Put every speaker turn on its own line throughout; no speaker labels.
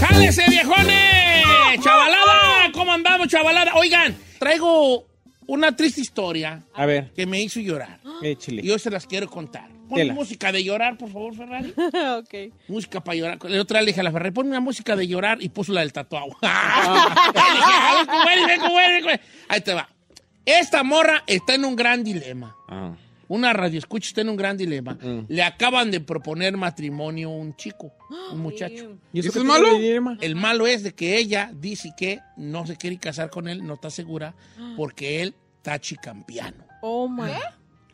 ¡Jálese, viejones! ¡Chavalada! ¿Cómo andamos, chavalada? Oigan, traigo una triste historia
A ver,
que me hizo llorar.
échale.
Y yo se las quiero contar. Pon
Tela.
música de llorar, por favor, Ferrari.
ok.
Música para llorar. La otra le dije a la Ferrari, pon una música de llorar y puso la del tatuaje. Le dije, "Cómo eres, cómo eres, cómo eres". Ahí te va. Esta morra está en un gran dilema.
Ah.
Una radio escucha está en un gran dilema. Le acaban de proponer matrimonio a un chico, un muchacho.
¿Y eso, qué
¿Eso es
tiene
malo?
de dilema?
El malo es de que ella dice que no se quiere casar con él, no está segura,
Ah.
porque él está chicampiano.
Oh my.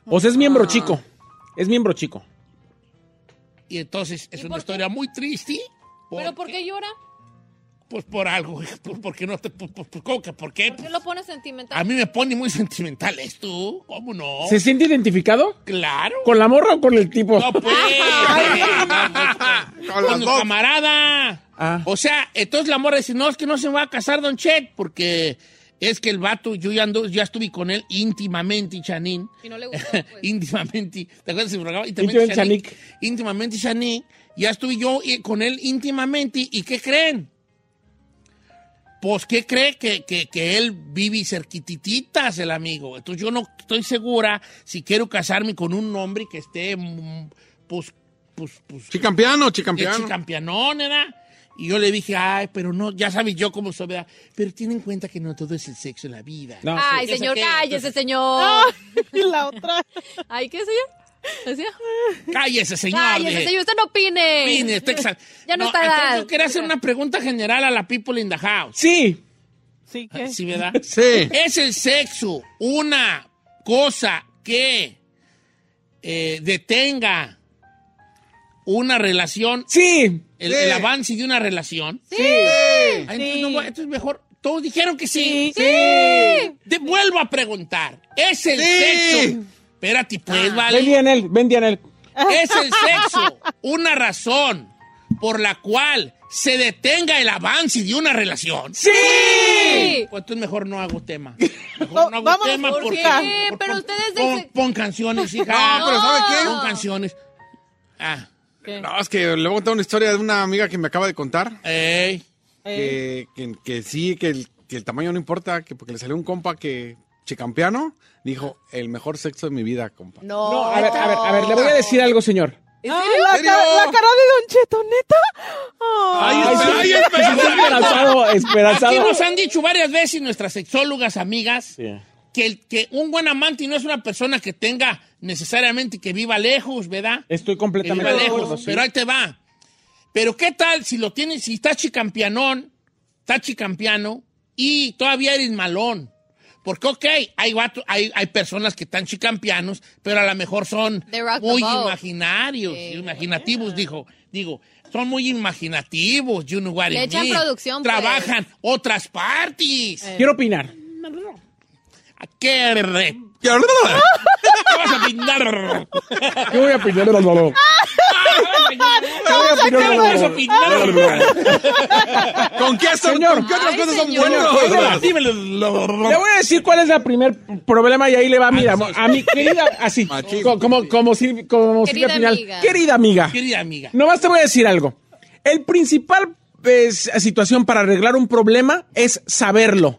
O sea, es miembro chico. Es miembro chico.
Y entonces es
¿Y
una
por qué?
historia muy triste.
¿Pero
porque-
por qué llora?
Pues por algo, por- porque no te... por- por- por- ¿cómo que por qué?
¿Por qué lo pone sentimental?
A mí me pone muy sentimental esto, ¿cómo no?
¿Se siente identificado?
Claro.
¿Con la morra o con el tipo?
No, pues. no, pues,
Con las
con
dos.
camarada.
Ah.
O sea, entonces la morra dice, no, es que no se va a casar Don Chet, porque es que el vato, yo ya, ando- ya estuve con él íntimamente, Chanín.
Y no le gustó, pues.
íntimamente. ¿Te acuerdas de su programa?
Íntimamente, Chanik.
Íntimamente, Chanik. Ya estuve yo eh, con él íntimamente. ¿Y qué creen? Pues, ¿qué cree? Que, que- que él vive cerquitititas, el amigo. Entonces, yo no estoy segura si quiero casarme con un hombre que esté, mm, pues, pues, pues...
Chicampiano,
de
chicampiano.
chicampianón, ¿verdad? Y yo le dije, ay, pero no, ya sabes yo cómo soy, ¿verdad? Pero ten en cuenta que no todo es el sexo en la vida.
No, sí.
Ay,
Yo sé
señor,
que-
cállese,
entonces-
señor.
Y la otra.
Ay, ¿qué, señor? Decía,
¡Cállese, señor!
Cállese,
dije.
señor, usted no opine.
Pines, Texas.
Ya no está
entonces
edad.
Yo quería hacer una pregunta general a la people in the house.
Sí.
Sí, que.
¿Sí, verdad?
Sí.
¿Es el sexo una cosa que eh, detenga una relación,
Sí.
el,
Sí.
el avance de una relación?
Sí.
Ah, Entonces, no,
Sí.
voy- entonces mejor, todos dijeron que sí.
Sí.
Te vuelvo a preguntar, ¿es el
Sí.
sexo? Espérate, pues, vale.
Ven, Dianel, ven, Dianel.
¿Es el sexo una razón por la cual se detenga el avance de una relación?
¡Sí!
Sí.
Pues entonces mejor no hago tema. Mejor no hago
Vámonos,
tema
¿por
porque.
qué?
por-
Pero
pon-
ustedes
pon,
dicen-
pon canciones, hija.
No, Ah, pero ¿sabe qué?
Pon canciones. Ah,
No, es que le voy a contar una historia de una amiga que me acaba de contar.
ey.
Que, que, que sí, que el, que el tamaño no importa, que porque le salió un compa que chicampiano, dijo, el mejor sexo de mi vida, compa.
No, a ver, a ver, a ver, le voy a decir algo, señor.
Ah, la,
serio?
cara, la cara de Don Cheto, neta. Ay,
Ay, espera, ay,
Se
espera.
siente esperanzado,
Aquí
esperanzado.
nos han dicho varias veces nuestras sexólogas amigas
Sí.
que, el- que un buen amante no es una persona que tenga necesariamente que viva lejos, ¿verdad?
Estoy
Que
completamente
viva
de
lejos,
acuerdo. sí.
pero ahí te va. Pero qué tal si lo tienes, si estás chicampianón, estás chicampiano y todavía eres malón. Porque, ok, hay, vato- hay, hay personas que están chicampianos, pero a lo mejor son
They rock the
muy
boat.
imaginarios,
Sí.
imaginativos, dijo, digo, son muy imaginativos, you know what I
Le echan
mean.
producción, pues.
Trabajan otras partes.
Quiero opinar.
¿A qué re- ¿Qué vas a opinar?
Yo voy a opinar. No, no, no. Yo voy a opinar.
¿Qué
no, no,
vas a
no.
opinar?
¿Con qué, son,
Señor.
¿con qué otras
Ay,
cosas son
señor.
pues,
buenos?
Le voy a decir cuál es el primer problema y ahí le va, mira,
sí.
a mi querida, así,
Machismo.
co- como, como, Sil- como Silvia
Querida
Pinal.
amiga.
Querida amiga,
Querida amiga.
nomás te voy a decir algo. El principal pues, situación para arreglar un problema es saberlo.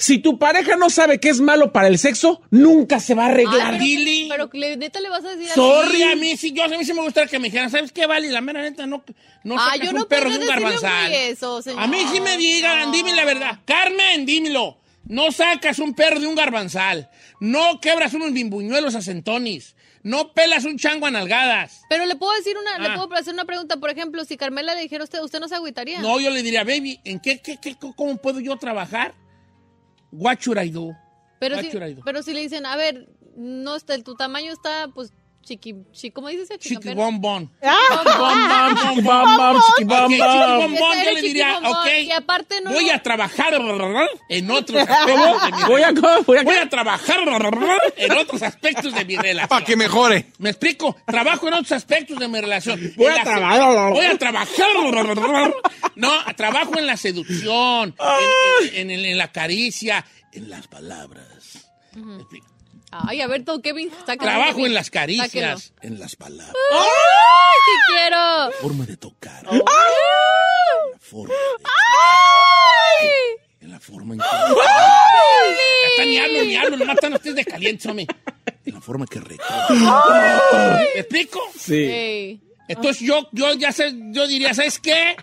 Si tu pareja no sabe que es malo para el sexo, nunca se va a arreglar.
Ay,
Dili.
pero, pero neta le vas a decir a
Sorry,
alguien?
a mí sí, yo a mí sí me gustaría que me dijeran, ¿sabes qué, Vale? La mera neta, no, no
Ah,
sacas
yo
un
no
perro
podría
de un
decirle a un güey
garbanzal.
eso, señor.
a mí sí me digan, dime la verdad. Carmen, dímelo. No sacas un perro de un garbanzal. No quebras unos bimbuñuelos a centonis. No pelas un chango a nalgadas.
Pero le puedo decir una,
Ah.
le puedo hacer una pregunta. Por ejemplo, si Carmela le dijera a usted, ¿usted no se agüitaría?
No, yo le diría, baby, ¿en qué, qué, qué- cómo puedo yo trabajar? What should I do?
Pero
Ah,
si,
churaido.
pero si le dicen, a ver, no está, tu tamaño está, pues, chiqui, chiqui ¿cómo dices?
Chiqui bombón.
Bam, bam, chiqui, bam, bam, chiqui, bam, bam.
bombón, yo le diría,
Y
ok,
aparte no.
voy a trabajar en otros aspectos de mi
Voy a, voy a-
Voy a trabajar en otros aspectos de mi relación.
Para que mejore.
Me explico, trabajo en otros aspectos de mi relación.
Voy
En
a
la se-
trabajar.
Voy a trabajar. No, trabajo en la seducción, en, en- en- en la caricia, en las palabras. Me explico.
Ay, a ver, Don Kevin, sácalo.
Trabajo
Kevin.
en las
Sáquelo.
caricias, en las palabras,
¡Ay, sí quiero!
forma de tocar, en la forma, de- en la forma en que Hasta ni hablo, ni hablo, nomás están ustedes de caliente, hombre. En la forma que recorre. ¿Me explico?
Sí.
Ey.
Entonces yo, yo ya sé, yo diría, ¿sabes qué?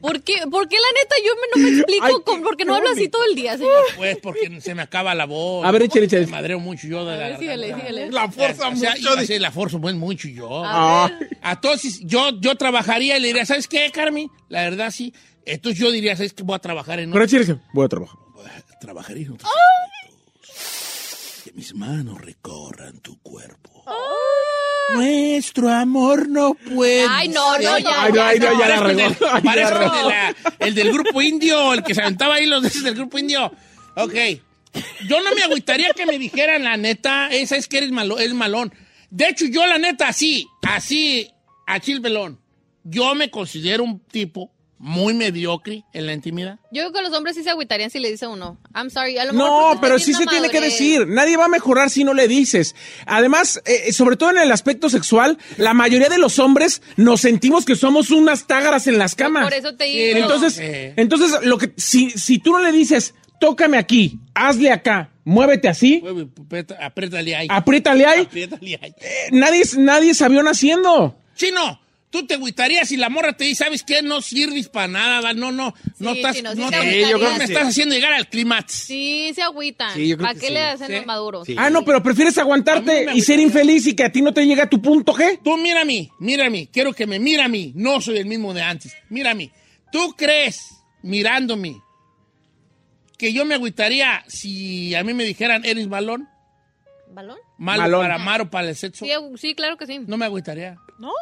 ¿Por qué, por qué la neta yo me- no me explico
Ay,
con,
qué
porque no hablo así todo el día, señor?
Pues porque se me acaba la voz.
A ver, échale,
Me
échale.
madreo mucho yo de
A
la
ver, síguele,
garganta.
síguele.
La fuerza
O sea,
mucho.
y- sí, la forzo pues, mucho yo.
Ah,
A ver.
Entonces yo, yo trabajaría y le diría, ¿sabes qué, Carmen? La verdad sí. Entonces yo diría, ¿sabes qué? Voy a trabajar en
Pero échale, échale. voy a trabajar.
Trabajaré en otros aspectos. Que mis manos recorran tu cuerpo. Nuestro amor no puede.
Ay, no, no,
ser.
ya, Ay, no, ay,
no, ya la
Parezco el
regó.
del-
Ay, ya
parezco
la
el de la- el del grupo indio, el que se aventaba ahí los dedos del grupo indio. Ok. Yo no me agüitaría que me dijeran la neta, esa es que eres malo, es malón. De hecho, yo la neta, así, así, a chilbelón. Yo me considero un tipo muy mediocre en la intimidad.
Yo creo que los hombres sí se agüitarían si le dice uno. I'm sorry. A lo mejor porque
No,
tú
pero
tienes
sí se
una
tiene que
madurez.
decir. Nadie va a mejorar si no le dices. Además, eh, sobre todo en el aspecto sexual, la mayoría de los hombres nos sentimos que somos unas tágaras en las camas.
Por eso te
Sí,
digo.
Entonces,
Eh.
entonces lo que si, si tú no le dices, tócame aquí, hazle acá, muévete así,
Huevo, aprieta- Apriétale ahí.
apriétale ahí,
Apriétale ahí.
eh, nadie, nadie sabía naciendo.
Chino, tú te agüitarías si la morra te dice, ¿sabes qué? No sirves para nada, va, no, no, no
Sí,
estás,
Chino, sí
no,
te
te-
agüitarías.
no
Yo creo
me
que sí.
estás haciendo llegar al clímax.
Sí, se agüitan.
Sí, yo creo
¿Para
que
qué
sí.
le hacen
Sí.
los maduros?
Sí.
Ah, no, pero prefieres
A mí
aguantarte
me
y ser infeliz y que a ti no te llega tu punto G.
Tú mira a mí, mira a mí, quiero que me mira a mí, no soy el mismo de antes, mira a mí. ¿Tú crees, mirándome, que yo me agüitaría si a mí me dijeran, eres balón?
¿Balón?
Malo
Malón.
para amar o para el sexo.
Sí, agu- sí, claro que sí.
No me agüitaría.
¿No?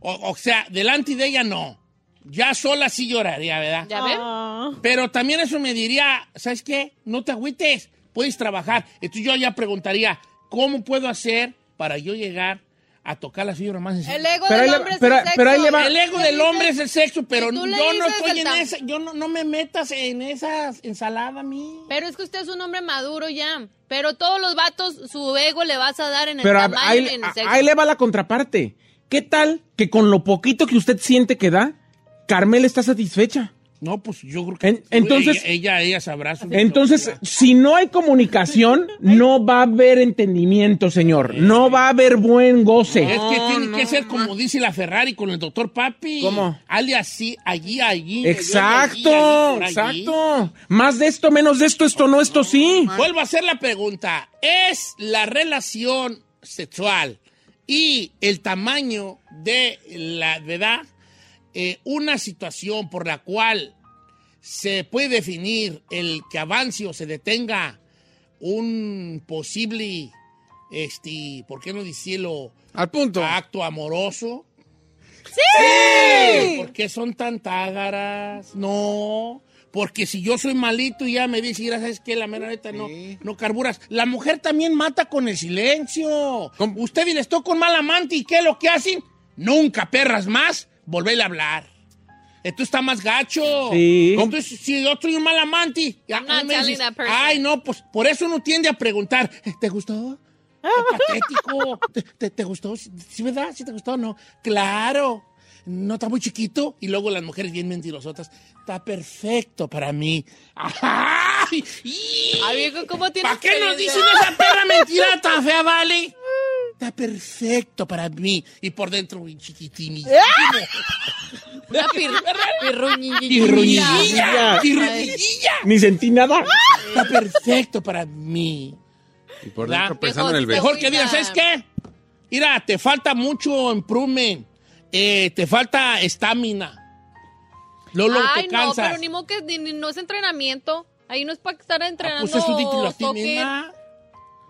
O, o sea, delante de ella no. Ya sola sí lloraría, ¿verdad?
¿Ya ven?
Ah.
Pero también eso me diría, ¿sabes qué? No te agüites, puedes trabajar. Entonces yo ya preguntaría, ¿cómo puedo hacer para yo llegar a tocar las fibras más
El
sensibles?
ego
Pero ahí
del
le-
hombre es
pero-
el sexo.
pero ahí le va-
El ego del hombre es el sexo, pero
Y
yo
tú le
no
dices
estoy
el
en
tam-
esa, yo no, no me metas en esa ensalada a mí.
Pero es que usted es un hombre maduro ya. Pero todos los vatos, su ego le vas a dar en el
Pero a-
tamaño
ahí,
y en el
a-
sexo.
ahí le va la contraparte. ¿Qué tal que con lo poquito que usted siente que da, Carmela está satisfecha?
No, pues yo creo que
En- entonces-
ella, ella, ella sabrá su
Entonces, eh, si no hay comunicación, no va a haber entendimiento, señor. No va a haber buen
Es
goce.
que tiene que ser como dice la Ferrali con el doctor Papi.
¿Cómo?
Alias así, allí, allí. allí,
Exacto,
allí, por allí.
exacto. Más de esto, menos de esto, esto no, esto sí.
Vuelvo a hacer la pregunta. ¿Es la relación sexual y el tamaño de la de edad eh, una situación por la cual se puede definir el que avance o se detenga un posible, este, ¿por qué no decirlo?
Al punto.
Acto amoroso. ¡Sí! ¿Por qué son tan tágaras? No. Porque si yo soy malito y ya me dice, mira, ¿sabes qué? La mera neta no,
Sí.
no carburas. La mujer también mata con el silencio.
¿Cómo?
Usted y les toca un mal amante y ¿qué es lo que hacen? Nunca, perras más, volverle a hablar. Esto está más gacho.
Sí.
Entonces, si yo soy un mal amante, ya
I'm not
me
telling
dices,
that person.
ay, no, pues por eso uno tiende a preguntar, ¿te gustó? Qué patético. ¿Te, te, te gustó? ¿Sí, verdad? ¿Sí te gustó o no? Claro. no está muy chiquito. Y luego las mujeres bien mentirosotas, está perfecto para mí. ¡Ay! ¡Y!
Ay, viejo, ¿cómo tienes
¿Para qué nos
experiencia?
dicen esa perra mentira tan fea, vale? Está perfecto para mí. Y por dentro, bien chiquitín. y-
¡Ah! Una pir,
Pirruñilla,
pirruñillilla.
pirruñilla.
Ni sentí nada.
Está perfecto para mí.
Y por
¿Verdad?
dentro pensando en el
Mejor-
beso.
Mejor que digas, ¿sabes qué? Mira, te falta mucho improvement. Eh, te falta estamina. Lolo,
Ay,
te
no,
cansas.
pero ni modo que ni- ni- no es entrenamiento. Ahí no es para estar
Ah,
entrenando.
pues eso dítelo a ti
toque.
misma.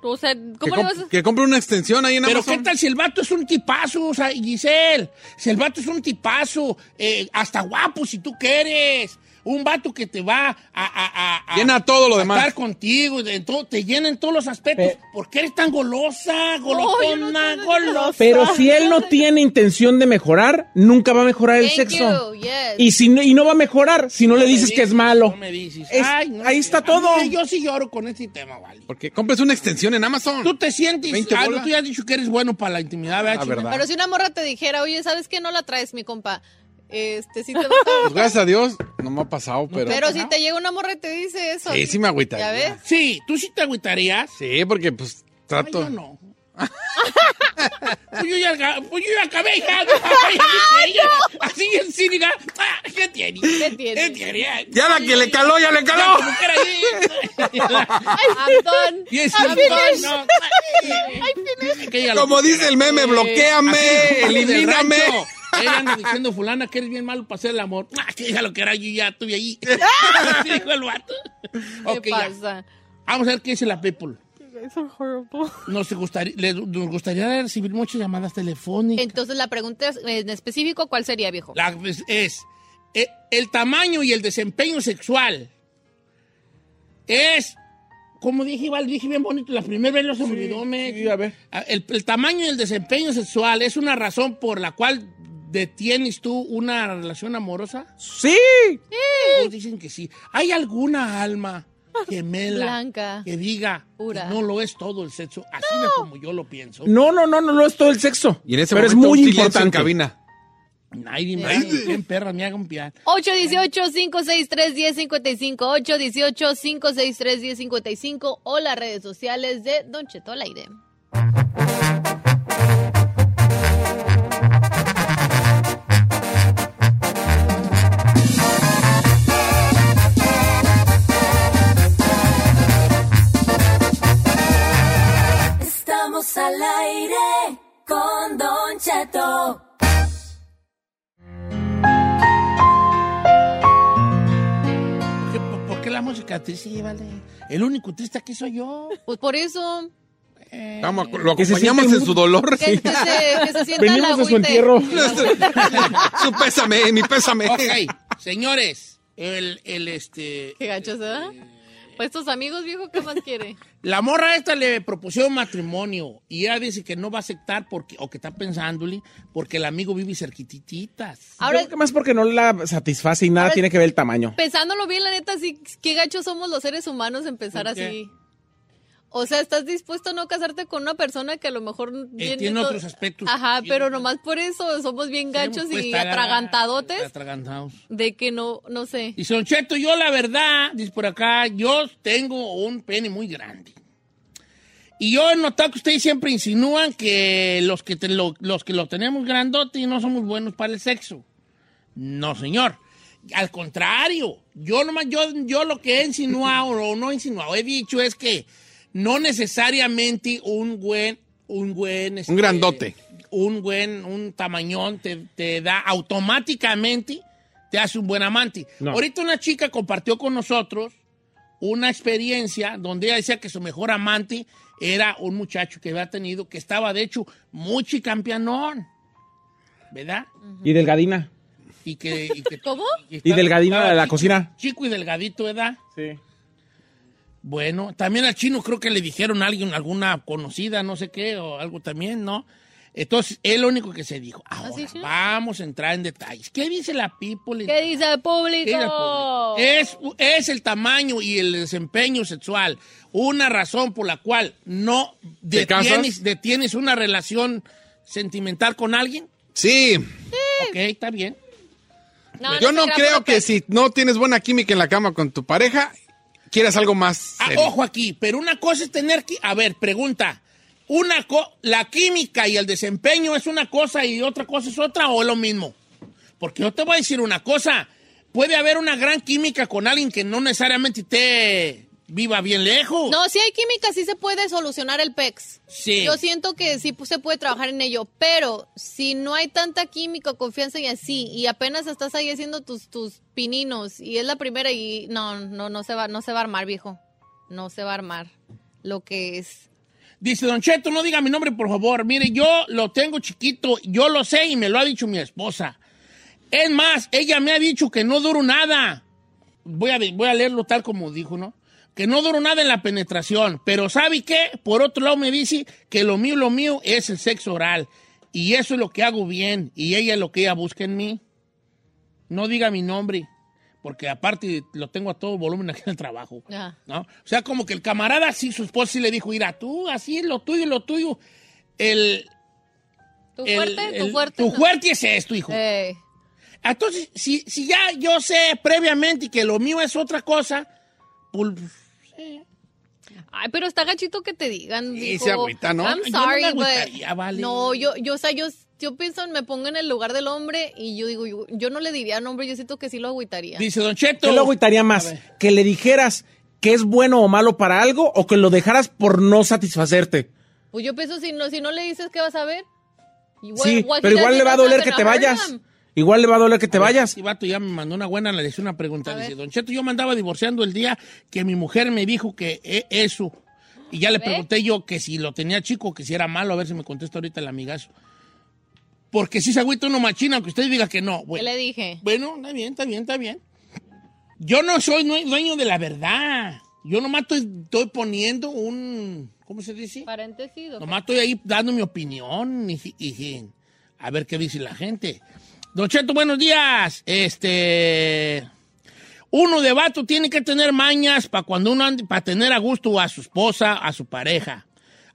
O sea,
Que,
¿cómo le vas
comp-
a...?
que compre una extensión ahí en
Pero
Amazon.
qué tal si el vato es un tipazo, o sea, Giselle. Si el vato es un tipazo, eh, hasta guapo si tú quieres. Un vato que te va a... a- a- a-
Llena todo lo
a
demás.
Estar contigo, y de todo- te llena en todos los aspectos.
Pe-
¿Por qué eres tan golosa, golotona,
tengo
golosa?
Pero si él no tiene intención de mejorar, nunca va a mejorar el
Thank
sexo.
you, yes.
Y, si no, y no va a mejorar si no, le dices
me
que es malo.
No me dices.
Es-
Ay, no
ahí
sé.
está
A mí
todo.
sí, yo sí lloro con este tema, vale.
Porque compres una extensión en Amazon.
Tú te sientes.
20
Ah, no,
bolas.
tú ya has dicho que eres bueno para la intimidad, ¿verdad?
La
chica?
verdad.
Pero si una morra te dijera, oye, ¿sabes qué? No la traes, mi compa. Este, sí te vas a...
Pues gracias a Dios, no me ha pasado, pero.
Pero si te llega una morra y te dice eso.
Sí, sí me agüita.
¿Ya ves?
Sí, tú sí te agüitarías.
Sí, porque pues
Ay,
trato.
yo no. pues, yo ya, aga- pues yo ya acabé, hija. Ay, ella, Así en sí, diga, ah, ¿qué tiene?
¿Qué tiene?
¿Qué tiene?
Ya la que le caló, ya le
Ya,
caló.
como que era ahí.
I'm done.
Y es
I'm
cierto,
done.
no. Es que ella lo
Como
que
dice
quiera.
el meme, bloqueame,
Así es,
elimíname.
del rancho. Él anda diciendo, fulana, que eres bien malo para hacer el amor. Ah, que ella lo que era, yo ya estuve ahí. Así dijo el vato.
¿Qué
Ok, ya.
pasa?
Vamos a ver qué dice la people.
You guys are horrible.
Nos gustaría, le- nos gustaría recibir muchas llamadas telefónicas.
Entonces la pregunta es, en específico, ¿cuál sería, viejo?
La- es eh, el tamaño y el desempeño sexual es como dije igual dije bien bonito la primera vez lo se me olvidó me-
sí, a ver.
Ah, el, el tamaño y el desempeño sexual es una razón por la cual detienes tú una relación amorosa
Sí.
Todos dicen que sí hay alguna alma gemela
Blanca.
que diga que
Pura.
no lo es todo el sexo así es como yo lo pienso
No, no, no, no lo es todo el sexo.
Y en ese
pero
momento
es
un
muy
silencio
importante.
en cabina.
nadie me
Ay,
haga un perra me haga un piar
818-563-1055, 818-563-1055 o las redes sociales de Don Cheto al aire.
Estamos al aire con Don Cheto.
¿Por qué, por- por qué la música triste, sí, vale? El único triste aquí soy yo.
Pues por eso,
Eh,
Vamos, lo
Que se siente
acompañamos en
muy-
su dolor.
que, que se, que se sienta
Venimos
la
a su
agüita.
entierro.
su pésame, mi pésame.
ok, señores, el, el, este...
Qué gachos, ¿verdad? Pues estos amigos, viejo, ¿qué más quiere?
La morra esta le propusieron matrimonio y ella dice que no va a aceptar porque, o que está pensándole porque el amigo vive cerquititas.
Ahora,
Ahora,
más porque no la satisface y nada
Ahora-
tiene que ver el tamaño.
pensándolo bien, la neta, sí, qué gachos somos los seres humanos en pensar
¿Por qué?
así. O sea, estás dispuesto a no casarte con una persona que a lo mejor viene
Eh, tiene
to-
otros aspectos.
Ajá,
Tiene
pero
otros-
nomás por eso somos bien gachos
Pues,
y
está-
atragantadotes
Atragantados.
de que no, no sé.
Dice, Don Cheto, yo la verdad, dice por acá, yo tengo un pene muy grande. Y yo he notado que ustedes siempre insinúan que los que, te lo, los que lo tenemos grandote y no somos buenos para el sexo. No, señor. Al contrario, yo, nomás, yo, yo lo que he insinuado o no insinuado, he dicho es que no necesariamente un buen... Un buen... este,
Un grandote.
un buen, un tamañón te, te da automáticamente, te hace un buen amante.
No.
Ahorita una chica compartió con nosotros una experiencia donde ella decía que su mejor amante era un muchacho que había tenido, que estaba de hecho muy chicampeanón, ¿verdad?
Y delgadina.
Y que, y que-
¿Cómo?
que
Y
estaba-
delgadina de la
chico-
cocina.
Chico y delgadito, ¿verdad?
Sí.
Bueno, también al chino creo que le dijeron a alguien, alguna conocida, no sé qué, o algo también, ¿no? Entonces, él lo único que se dijo, ahora
¿Ah, sí, sí.
vamos a entrar en detalles. ¿Qué dice la people?
¿Qué dice el
¿Qué dice el público?
público? Eh,
Es, es el tamaño y el desempeño sexual una razón por la cual no
¿Te casas?
detienes, detienes una relación sentimental con alguien.
Sí.
Ok, está bien.
No,
Yo no
será
creo
bueno
que si no tienes buena química en la cama con tu pareja, quieras algo más.
Ah,
serio.
ojo aquí, pero una cosa es tener que. A ver, pregunta. Una co- la química y el desempeño es una cosa y otra cosa es otra o es lo mismo. Porque yo te voy a decir una cosa. Puede haber una gran química con alguien que no necesariamente te viva bien lejos.
No, si hay química, sí se puede solucionar el PEX.
Sí.
Yo siento que sí pues, se puede trabajar en ello, pero si no hay tanta química, confianza y así, y apenas estás ahí haciendo tus, tus pininos, y es la primera, y no, no, no se va, no se va a armar, viejo. No se va a armar lo que es.
Dice Don Cheto, no diga mi nombre, por favor. Mire, yo lo tengo chiquito, yo lo sé y me lo ha dicho mi esposa. Es más, ella me ha dicho que no duro nada. Voy a, voy a leerlo tal como dijo, ¿no? Que no duro nada en la penetración. Pero ¿sabe qué? Por otro lado me dice que lo mío, lo mío es el sexo oral. Y eso es lo que hago bien. Y ella es lo que ella busca en mí. No diga mi nombre. Porque aparte lo tengo a todo volumen aquí en el trabajo.
Ah.
¿no? O sea, como que el camarada sí, su esposa sí le dijo, mira, tú, así, lo tuyo, lo tuyo. El,
¿Tu
el-
fuerte? ¿Tu
el-
fuerte?
Tu
no.
fuerte es esto, hijo.
Eh,
Entonces, si, si ya yo sé previamente que lo mío es otra cosa, pues,
Ay, pero está gachito que te digan.
Sí,
viejo.
se agüita, ¿no?
I'm
Yo no me
sorry, but-
agüitaría, vale.
No, yo, yo, o sea, yo, yo pienso, me pongo en el lugar del hombre y yo digo, yo, yo no le diría nombre, yo siento que sí lo agüitaría.
dice Don Cheto.
¿Qué lo agüitaría más? ¿Que le dijeras que es bueno o malo para algo o que lo dejaras por no satisfacerte?
Pues yo pienso, si no, si no le dices, ¿qué vas a ver? Igual-
sí,
igual
pero
que
igual
te
le va a
digas,
doler
"I'm
que te
gonna hurt
vayas.
them".
Igual le va a doler que te vayas.
Este vato ya me mandó una buena, le hice una pregunta.
A
Dice,
ver.
Don Cheto, yo me andaba divorciando el día que mi mujer me dijo que e- eso. Y ya le
¿Ve?
pregunté yo que si lo tenía chico, que si era malo, a ver si me contesta ahorita el amigazo. Porque si se agüita uno machina, aunque usted diga que no.
¿Qué
Bueno,
le dije?
bueno, está bien, está bien, está bien. Yo no soy nue- dueño de la verdad. Yo nomás estoy, estoy poniendo un... ¿Cómo se dice?
Paréntesis. ¿ok?
Nomás estoy ahí dando mi opinión, ij- hijín. A ver qué dice la gente. Don Cheto, buenos días. Este. Uno de vato tiene que tener mañas para cuando uno ande, para tener a gusto a su esposa, a su pareja.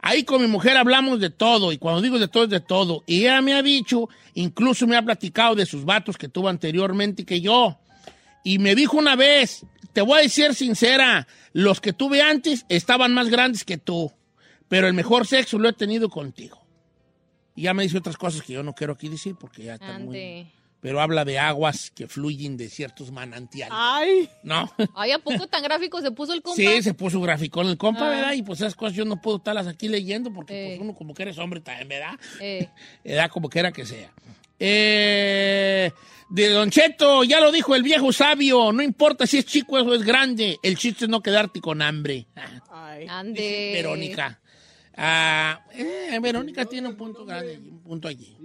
Ahí con mi mujer hablamos de todo, y cuando digo de todo es de todo. Y ella me ha dicho, incluso me ha platicado de sus vatos que tuvo anteriormente que yo. Y me dijo una vez, te voy a decir sincera, los que tuve antes estaban más grandes que tú, pero el mejor sexo lo he tenido contigo. Y ya me dice otras cosas que yo no quiero aquí decir porque ya está muy...
Ande.
Pero habla de aguas que fluyen de ciertos manantiales.
Ay,
No.
Ay, ¿a poco tan gráfico se puso el compa?
Sí, se puso gráfico en el compa,
Ah.
¿verdad? Y pues esas cosas yo no puedo estarlas aquí leyendo porque
Eh.
pues, uno como que eres hombre también, ¿verdad?
Eh,
edad como quiera que sea. Eh, de Don Cheto, ya lo dijo el viejo sabio, no importa si es chico o es grande, el chiste es no quedarte con hambre.
ay.
ande.
Dice Verónica. Ah, eh, Verónica tiene un punto grande, un punto allí.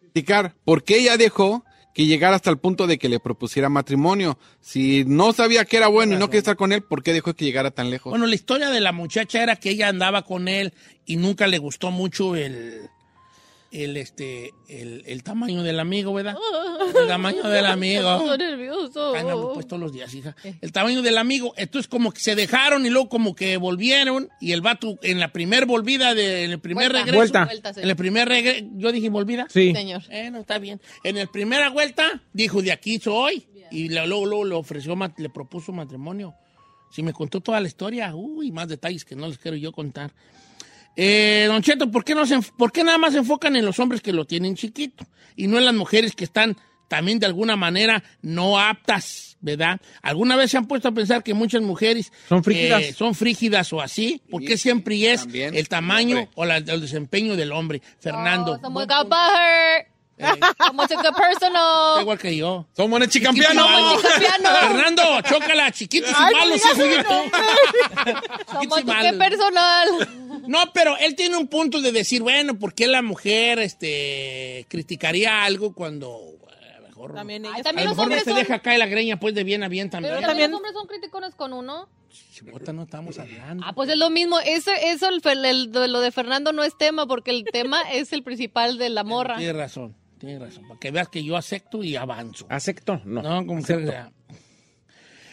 criticar porque ella dejó que llegara hasta el punto de que le propusiera matrimonio. Si no sabía que era bueno y no quería estar con él, ¿por qué dejó que llegara tan lejos?
Bueno, la historia de la muchacha era que ella andaba con él y nunca le gustó mucho el, el, este, el, el tamaño del amigo, ¿verdad? El tamaño del amigo.
Estoy nervioso.
Ah, no, pues todos los días, hija. El tamaño del amigo. Entonces, como que se dejaron y luego como que volvieron. Y el vato, en la primer volvida, de, en el primer
Vuelta.
regreso. pues.
Vuelta.
sí.
En el primer regreso. Yo dije, ¿volvida?
Sí.
Señor.
Bueno, está bien. En la primera vuelta, dijo, de aquí soy. Y la- luego, luego le ofreció, mat- le propuso matrimonio. Si me contó toda la historia, uy, más detalles que no les quiero yo contar. Eh, don Cheto, ¿por qué, no se enf- ¿por qué nada más se enfocan en los hombres que lo tienen chiquito? Y no en las mujeres que están también de alguna manera no aptas, ¿verdad? ¿Alguna vez se han puesto a pensar que muchas mujeres
Son frígidas.
eh, son frígidas o así? Porque
Y- y
siempre es
también
el tamaño
hombre.
o la- el desempeño del hombre? Fernando.
Oh, someone got butthurt. Someone took it personal.
Está Eh. igual que yo.
Somos el
Chiquito y
chicampeano.
malo. Fernando, chócala, chiquitos y malos, hijo de tú. Chiquitos
Someone
y
took it
malos.
personal.
No, pero él tiene un punto de decir, bueno, ¿por qué la mujer este, criticaría algo cuando a lo mejor,
También
Ay,
ellos.
a lo
también
mejor
los
no
hombres
se
son...
deja caer la greña pues de bien a bien también?
Pero
También-
también los hombres son criticones con uno.
Mm. Chihuahua, no estamos hablando.
Ah, pues es lo mismo. Eso, eso el, fel- el- lo de Fernando no es tema, porque el tema es el principal de la morra.
Tienes razón, tienes razón. Para que veas que yo acepto y avanzo.
¿Acepto? No.
No, como que sea.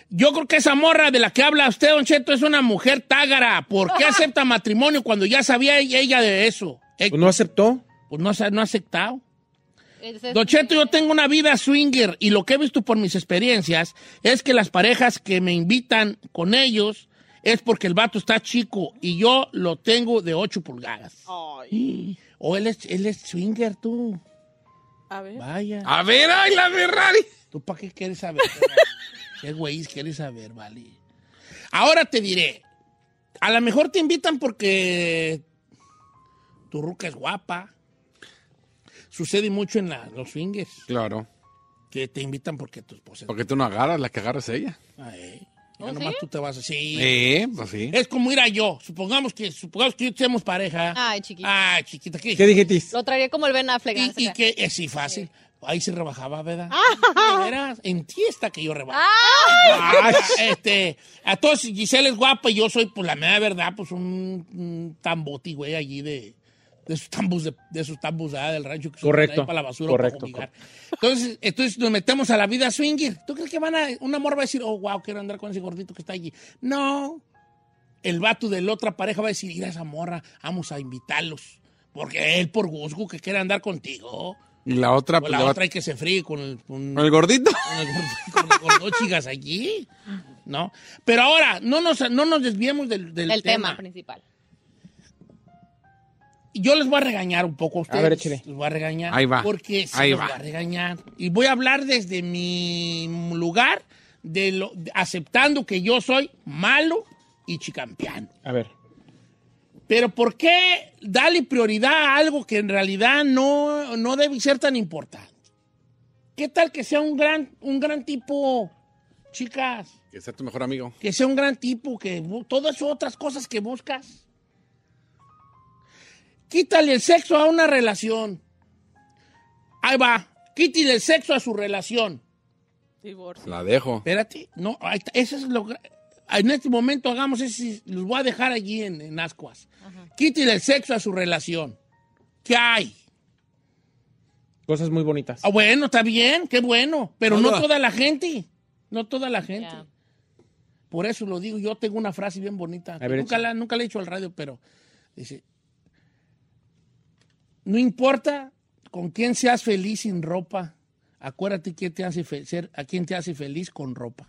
Yo creo que esa morra de la que habla usted, Don Cheto, es una mujer tágara. ¿Por qué acepta matrimonio cuando ya sabía ella de eso? Eh,
Pues no aceptó.
pues no, se- no ha aceptado.
Ese es-
Don Cheto, yo tengo una vida swinger y lo que he visto por mis experiencias es que las parejas que me invitan con ellos es porque el vato está chico y yo lo tengo de 8 pulgadas. O él es, él es swinger, tú.
A ver.
Ah,
Vaya.
A ver, ay, la Ferrari.
¿Tú para qué quieres saber? ¿Qué güey quieres saber, vale? Ahora te diré. A lo mejor te invitan porque tu ruca es guapa. Sucede mucho en la- los swingers
Claro,
que te invitan porque tu esposa es
porque tú no agarras, la que agarras es ella.
guapa, ¿eh? Ya nomás tú te vas así.
Eh, pues sí.
Es como ir a yo. Supongamos que, supongamos que yo seamos pareja.
Ay, chiquito.
Ay, chiquita, ¿qué
¿Qué
dije?
dijiste?
Lo traería como el Ben Affleck.
Y,
no sé
y
qué.
que es sí, fácil. Ahí se rebajaba, ¿verdad? De veras, en ti está que yo rebajo. Ah, este, a todos, Giselle es guapa y yo soy, pues la mera verdad, pues un, un tamboti, güey, allí de, de esos tambos, de, de esos tambos ah, del rancho que son
Correcto,
para la basura.
correcto,
para fumigar. entonces, entonces nos metemos a la vida swinger. ¿Tú crees que van a, un amor va a decir, oh, wow, quiero andar con ese gordito que está allí? No. El vato de la otra pareja va a decir, ir a esa morra, vamos a invitarlos. Porque él, por gusto, que quiere andar contigo.
Y la otra,
O
pues,
la
le va-
otra hay que se fríe con el, con-
con el gordito.
con el gordo- con el gordochigas allí, ¿no? Pero ahora, no nos, no nos desviemos del, del
El tema,
tema.
principal.
Yo les voy a regañar un poco a ustedes.
ver, échele.
Les voy a regañar.
Ahí va.
Porque sí
Ahí
los
va.
voy a regañar. Y voy a hablar desde mi lugar, de lo, de- aceptando que yo soy malo y chicampiano.
A ver.
Pero ¿por qué darle prioridad a algo que en realidad no, no debe ser tan importante? ¿Qué tal que sea un gran, un gran tipo, chicas?
Que sea tu mejor amigo.
que sea un gran tipo, que bu- todas esas otras cosas que buscas. Quítale el sexo a una relación. Ahí va. Quítale el sexo a su relación.
Divorcio.
La dejo.
Espérate. No, ahí está, eso es lo gra- En este momento hagamos eso y los voy a dejar allí en, en Ascuas. Quítale el sexo a su relación. ¿Qué hay?
Cosas muy bonitas.
Ah, bueno, está bien, qué bueno. Pero no
Toda.
toda la gente. No toda la gente.
Ya.
Por eso lo digo, yo tengo una frase bien bonita. que
ver,
nunca,
échale.
la, nunca la he hecho al radio, pero dice, no importa con quién seas feliz sin ropa, acuérdate que te hace fe- ser, a quién te hace feliz con ropa.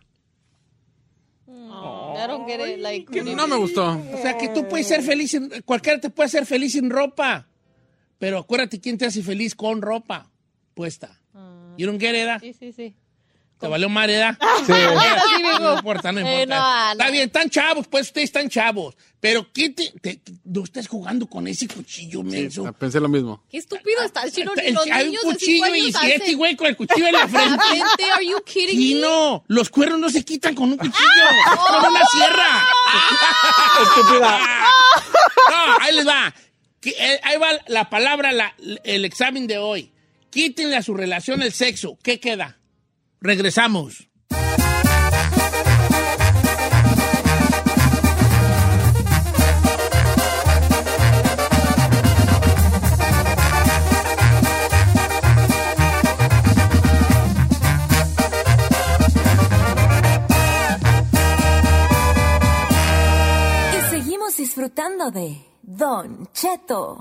I don't get it, like,
Que no me gustó.
O sea, que tú puedes ser feliz, sin, cualquiera te puede hacer feliz sin ropa, pero acuérdate quién te hace feliz con ropa puesta. ¿Y un guerrera?
Sí, sí, sí.
¿Te valió Ah, mareda?
Ahora sí,
No
viejo.
importa, no importa.
Eh, no, no.
Está bien, están chavos, pues ustedes están chavos. Pero ¿qué te, te- no estás jugando con ese cuchillo, menso?
Ah, Pensé lo mismo.
Qué estúpido estás, chino.
El-
Los
hay un
niños de cinco
cuchillo y
años
si
hacen
este güey con el cuchillo en la
la
frente.
frente. Are you kidding
Y
me?
no, los cuernos no se quitan con
Ah,
un cuchillo, con una sierra.
Estúpida.
No, ahí les va. Que- eh, Ahí va la palabra, la- el examen de hoy. Quítenle a su relación el sexo. ¿Qué queda? Regresamos.
Y seguimos disfrutando de Don Cheto.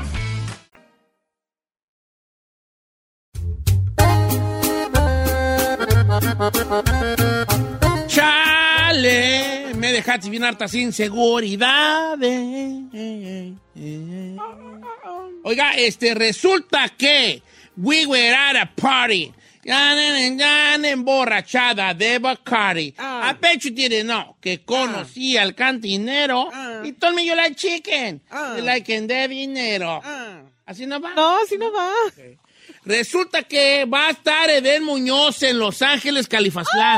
¡Chale! Me dejaste bien harta sin seguridad. eh, eh, eh, eh. Oiga, este, resulta que we were at a party. Gan, gan, gan, emborrachada de Bacardi.
Ah.
A pecho tiene no, que conocí al cantinero
Ah.
y told me you like chicken. You like and de dinero. ¿Así no va?
Ah. No, así no va.
Resulta que va a estar Eden Muñoz en Los Ángeles,
Oh,
Califastlán.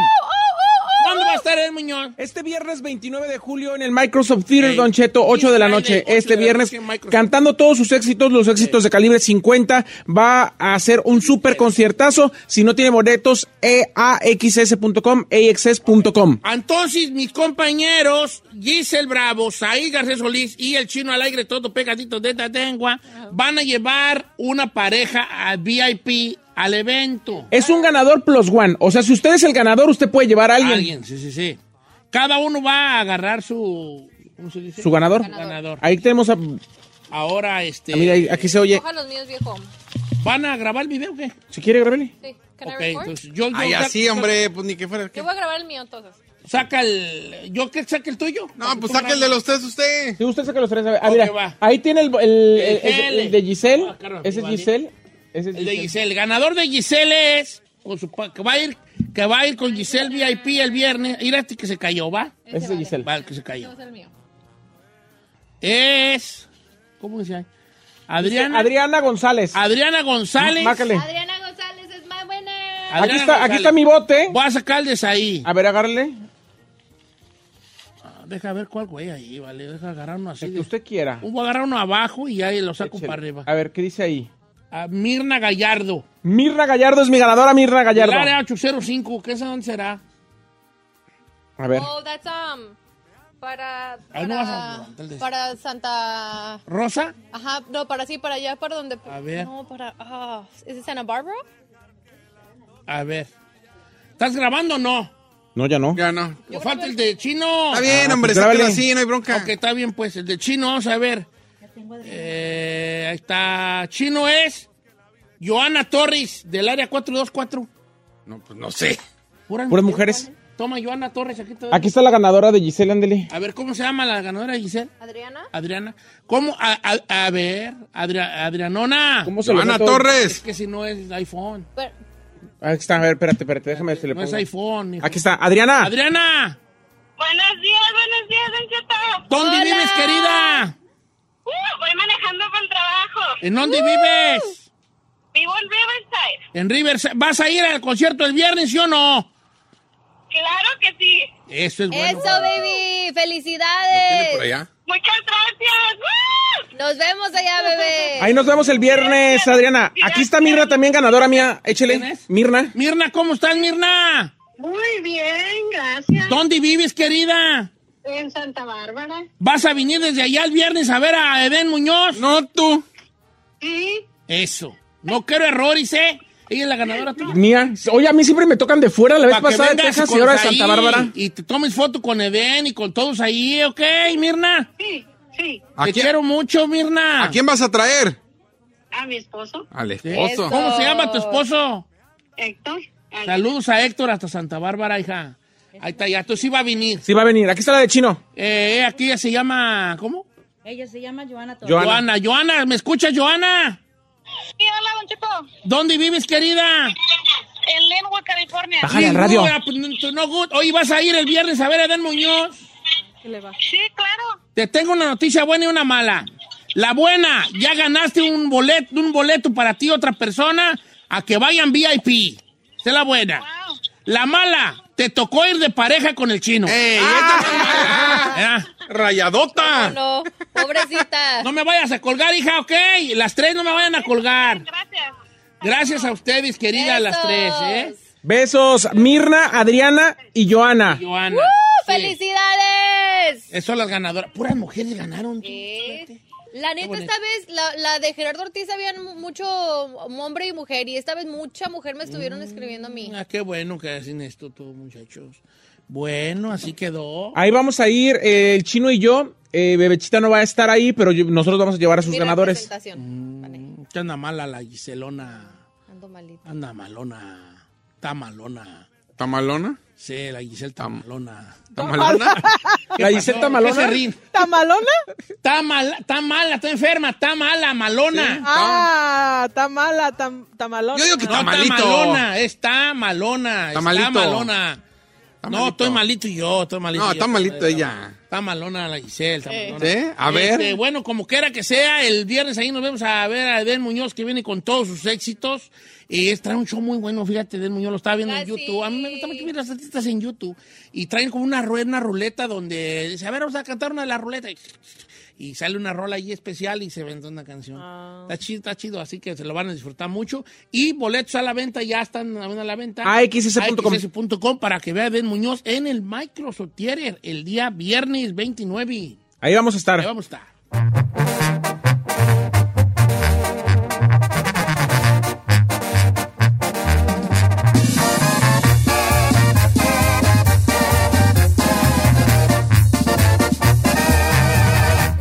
¿Cuándo va a estar Eden Muñoz?
Este viernes 29 de julio en el Microsoft Theater, Don Cheto, 8 de la noche. Este viernes, cantando todos sus éxitos, los éxitos de calibre 50, va a hacer un super conciertazo. Si no tiene boletos, E eaxs.com, axs.com.
Entonces, mis compañeros, Giselle Bravo, Saí Garcés Solís y el chino alegre, todo pegadito de esta lengua, van a llevar una pareja al VIP al evento.
Es un ganador plus one. O sea, si usted es el ganador, usted puede llevar a alguien.
Alguien, sí, sí, sí. Cada uno va a agarrar su. ¿Cómo se dice?
Su ganador.
Ganador.
Ahí tenemos a.
Ahora, este.
Ah, mira, ahí- aquí se oye.
Coja los míos, viejo.
¿Van a grabar el video o qué?
Si quiere, grábele.
Sí. Can I
Ok,
record?
entonces yo. yo-
Ay, así, hombre, pues ni que fuera.
Yo voy a grabar el mío entonces.
Saca el. ¿Yo qué saca el tuyo?
No, pues saque el de los tres usted.
Si usted saca los tres, a ver. Ah,
Ok,
mira,
va.
ahí tiene el, el- el-
Giselle.
ese- el de Giselle.
Ah, claro,
ese es
vale.
Giselle. Ese es
El de
Giselle.
Giselle. El ganador de Giselle es. con su pa- que, va a ir, que va a ir con Giselle VIP el viernes. Mira este que se cayó, ¿va?
Ese es de Giselle.
Va, el que se cayó.
Ese es el mío.
Es. ¿Cómo se llama? Adriana.
Adriana González.
Adriana González.
Márcale.
Adriana González es my winner.
Adriana
Aquí está, aquí
González.
está mi bote.
Voy a sacar de ahí.
A ver, agárrele.
Ah, Deja ver cuál güey ahí, vale. Deja agarrar uno así.
El
de-
que usted quiera.
Voy a agarrar uno abajo y ahí lo saco para arriba.
A ver, ¿qué dice ahí?
A Mirna Gallardo.
Mirra Gallardo es mi ganadora, Mirra
El
Gallardo.
área 805, ¿qué es dónde será?
A ver.
Oh, that's um para
Ahí Ah,
para,
no vas a levantar el de-
para Santa
¿Rosa?
Ajá, no, para sí, para allá, para donde
A ver.
No, para ah, ¿es de Santa Barbara?
A ver. ¿Estás grabando o no?
No, ya no.
Ya no.
Nos falta el de chino.
Está bien,
Ah,
hombre,
pues
sáquelo
grábale.
así, no hay bronca.
Ok, está bien, pues. El de chino, vamos a ver. Eh, ahí está. Chino es Joana Torres, del área 424.
No, pues no sé.
Puras,
Puras mujeres.
Toma, Joana Torres, aquí está.
Aquí está la ganadora de Giselle Andeli.
A ver, ¿cómo se llama la ganadora, Giselle?
Adriana.
Adriana. ¿Cómo? A, a- a ver, Adria- Adrianona.
¿Cómo se lo
Ana
meto?
Es
Torres.
que si no es iPhone.
Pero,
Aquí está, a ver, espérate, espérate, déjame se le
No es
pongo.
iPhone. hijo.
Aquí está, Adriana.
Adriana,
Buenos días, buenos días, Don Cheto.
¿dónde
Hola.
vives, querida?
Uh, voy manejando para el trabajo. Uh,
¿En dónde vives?
Vivo en Riverside.
En Riverside. ¿Vas a ir al concierto el viernes, sí o no?
Claro que sí.
Eso es bueno.
Eso, baby.
Tiene por
Felicidades.
allá.
Muchas gracias. ¡Woo!
Nos vemos allá, bebé.
Ahí nos vemos el viernes, Adriana. Aquí está Mirna también, ganadora mía.
¿Quién
Échele.
es?
Mirna.
Mirna, ¿cómo estás, Mirna?
Muy bien, gracias.
¿Dónde vives, querida?
En Santa Bárbara.
¿Vas a venir desde allá el viernes a ver a Eden Muñoz?
No, tú.
Sí.
Eso. No quiero errores, ¿eh? Ella es la ganadora tuya.
Mía. Oye, a mí siempre me tocan de fuera. La vez
Pa' que
pasada de
vengas
Texas
con
y ahora de
Saí
Santa Bárbara.
Y te tomes foto con Eden y con todos ahí, ¿ok, Mirna?
Sí, sí.
¿A
Te
quién,
quiero mucho, Mirna.
a quién vas a traer?
A mi esposo,
Al
Eso.
esposo.
¿Cómo se llama tu esposo?
Héctor. Ay,
Saludos a Héctor hasta Santa Bárbara, hija. Ahí está, ya. Tú sí va a venir.
Sí, va a venir. Aquí está la de Chino.
Eh, aquí ya se llama, ¿cómo?
Ella se llama Joana Torres.
Joana.
Joana, Joana, ¿me escuchas, Joana?
Sí, hola, Don Cheto.
¿Dónde vives, querida?
En Linwood, California.
Baja la radio.
Ninguna, pues, no- no good. Oye, vas a ir el viernes a ver a Edén Muñoz.
¿Qué le va?
Sí, claro.
Te tengo una noticia buena y una mala. La buena, ya ganaste un boleto, un boleto para ti y otra persona a que vayan VIP. Esa es la buena.
Wow.
La mala, te tocó ir de pareja con el chino.
¡Ey!
Ah,
esta- ¡Rayadota!
No, pobrecita.
No me vayas a colgar, hija, ok. Las tres no me vayan a colgar.
Gracias.
Gracias a ustedes, querida, las tres, ¿eh?
Besos.
Besos, Mirna, Adriana y Joana.
Joana.
¡Uh,
sí.
¡Felicidades!
Esas son las ganadoras. Puras mujeres ganaron. tú,
Eh,
fíjate.
La neta,
bonito.
esta vez, la, la de Gerardo Ortiz, habían mu- mucho hombre y mujer, y esta vez mucha mujer me estuvieron escribiendo a mí.
Ah, qué bueno que hacen esto todos, muchachos. Bueno, así quedó.
Ahí vamos a ir, eh, el chino y yo. Eh, Bebechita no va a estar ahí, pero yo- nosotros vamos a llevar a sus
Mira la
ganadores.
Mm.
presentación. Vale,
Que anda mala la Giselona.
ando malita.
Anda malona. Está malona.
¿Tamalona?
Sí, la Giselle Tamalona.
¿Tamalona?
¿Qué
¿La
pasó?
Giselle Tamalona?
¿Qué se ríen?
¿Tamalona?
Está mala, está mala, está enferma, está mala, malona.
Ah, tamala, tam, tamalona.
Yo digo que
No, está
tamalito.
malona, está malona, está
Tamalito.
malona. No, estoy malito yo, estoy malito.
No,
yo.
está malito ella.
Está malona la Giselle, está
Eh.
malona.
¿Sí? A ver.
Este, bueno, como quiera que sea, el viernes ahí nos vemos a ver a Edén Muñoz que viene con todos sus éxitos. Y es, trae un show muy bueno, fíjate, Edén Muñoz lo estaba viendo en YouTube. A mí me gusta mucho ver las artistas en YouTube. Y traen como una, rueda, una ruleta donde dice, a ver, vamos a cantar una de las ruletas. Y, y sale una rola ahí especial y se vende una canción. Está chido, está chido, así que se lo van a disfrutar mucho. Y boletos a la venta, ya están a la venta. pues,
AXS.com.
AXS.com para que vea a Ben Muñoz en el Microsoft Theater el día viernes 29.
Ahí vamos a estar.
Ahí vamos a estar.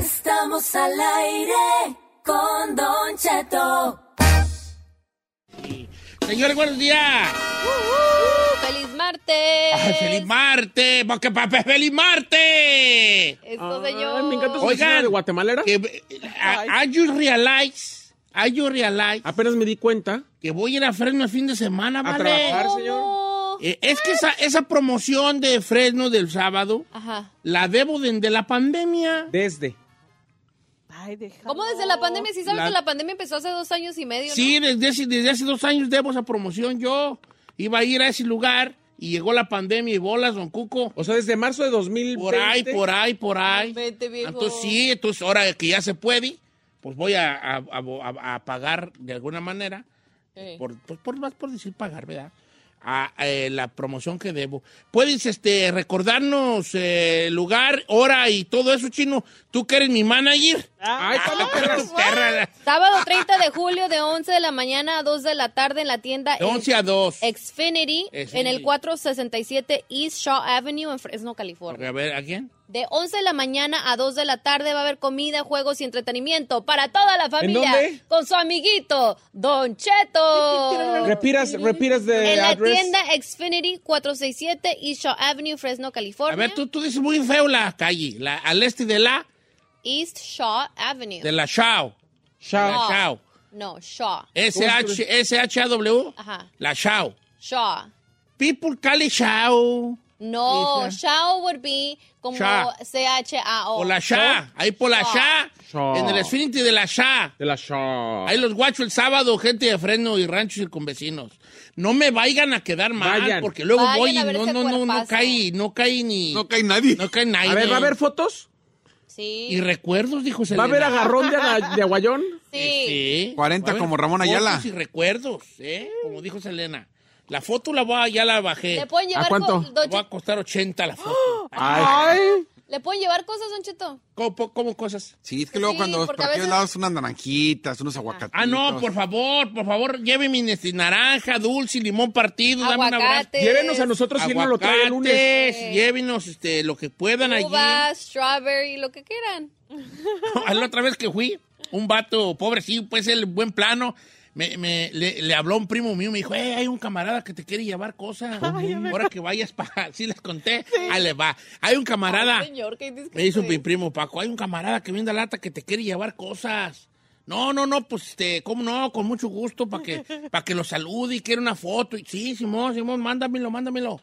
Estamos al aire con Don Cheto.
Señores, buenos días.
¡Oh, ¡Feliz martes!
Ay, ¡Feliz Marte! ¡Porque papá, feliz Marte!
Eso, señor.
me encanta su
Oigan,
vecino de Guatemala. ¿era?
Que, I, you realize, I you realize
Apenas me di cuenta.
que voy a ir a Fresno el fin de semana,
A
¿vale?
trabajar, señor.
Oh,
Eh, es que esa, esa promoción de Fresno del sábado
Ajá.
la debo de, de la pandemia.
Desde.
Ay, déjalo.
¿Cómo desde la pandemia? Sí sabes
La-
que la pandemia empezó hace dos años y medio, ¿no?
Sí, desde hace, desde hace dos años debo esa promoción. Yo iba a ir a ese lugar y llegó la pandemia y bolas, don Cuco.
O sea, desde marzo de 2020.
Por ahí, por ahí, por ahí.
Vete, viejo.
Entonces sí, entonces ahora que ya se puede, pues voy a, a- a- a pagar de alguna manera,
Eh.
por, pues, por más por decir pagar, ¿verdad? A, eh, la promoción que debo. ¿Puedes este, recordarnos eh, lugar, hora y todo eso, chino? ¿Tú que eres mi manager?
Ay,
Ah,
cuando perras.
Perra,
Sábado 30 de julio de 11 de la mañana a 2 de la tarde en la tienda
de 11 a 2.
Xfinity en el
Xfinity.
467 East Shaw Avenue en Fresno, California.
A ver, ¿a quién?
De 11 de la mañana a 2 de la tarde va a haber comida, juegos y entretenimiento para toda la familia
dónde?
con su amiguito Don
Eh,
Cheto.
Repiras, repiras de
En la
address.
tienda Xfinity 467 East Shaw Avenue, Fresno,
A
California.
ver, tú, tú dices muy feo la calle, la, al este de la,
East Shaw Avenue.
de la Shao.
Chao.
La Ah, Shao.
No, Shaw.
S-H- S-H-A-W.
Ajá.
La Shao.
Shaw.
People call it Shao.
No,
Esa.
Shao would be como
Sha.
C-H-A-O.
O la Shah, ahí por la Shah,
Shah.
en el Xfinity de la Shah.
De la Shaw.
Ahí los guacho el sábado, gente de freno y ranchos y con vecinos. No me vayan a quedar mal,
Vayan.
porque luego
Vayan
voy y
a ver
no,
ese
no, no, no
cuerpazo.
cae, no cae ni,
No
no,
cae nadie.
cae nadie.
A ver, ¿va a haber fotos?
Sí.
Y recuerdos, dijo
¿Va a haber
Selena.
agarrón de, aga- de aguayón?
sí.
Sí.
40
Va a haber
como Ramón Ayala.
fotos y recuerdos, ¿eh? Como dijo Selena. La foto la voy a, ya la bajé.
¿Le pueden llevar
¿A cuánto?
co- don
Va a
Che-
costar 80 la foto.
Ay.
¿Le pueden llevar cosas, Don Cheto?
¿Cómo, cómo cosas?
Sí, es que luego
Sí,
cuando
porque
por
a
aquellos
veces-
lados unas naranjitas, unos aguacates.
Ah, no, por favor, por favor, llévenme este, naranja, dulce, limón partido, dame un abrazo.
Aguacate.
Llévenos a nosotros Pues si él nos lo trae el lunes.
Aguacates, llévenos este, lo que puedan allí.
Uvas, strawberry, lo que quieran.
A la otra vez que fui, un vato pobrecillo, pues el buen plano, me, me- le, le habló un primo mío, me dijo, "Eh, hay un camarada que te quiere llevar cosas. Ahora que vayas para... Sí, les conté. Ahí le va. Hay un camarada...
Ay, señor, qué indiscreto
Me hizo
es.
mi primo Paco, hay un camarada que viene de lata que te quiere llevar cosas. No, no, no, pues este, cómo no, con mucho gusto para que, para que lo salude y quiere una foto. Y, sí, Simón, Simón, mándamelo, mándamelo.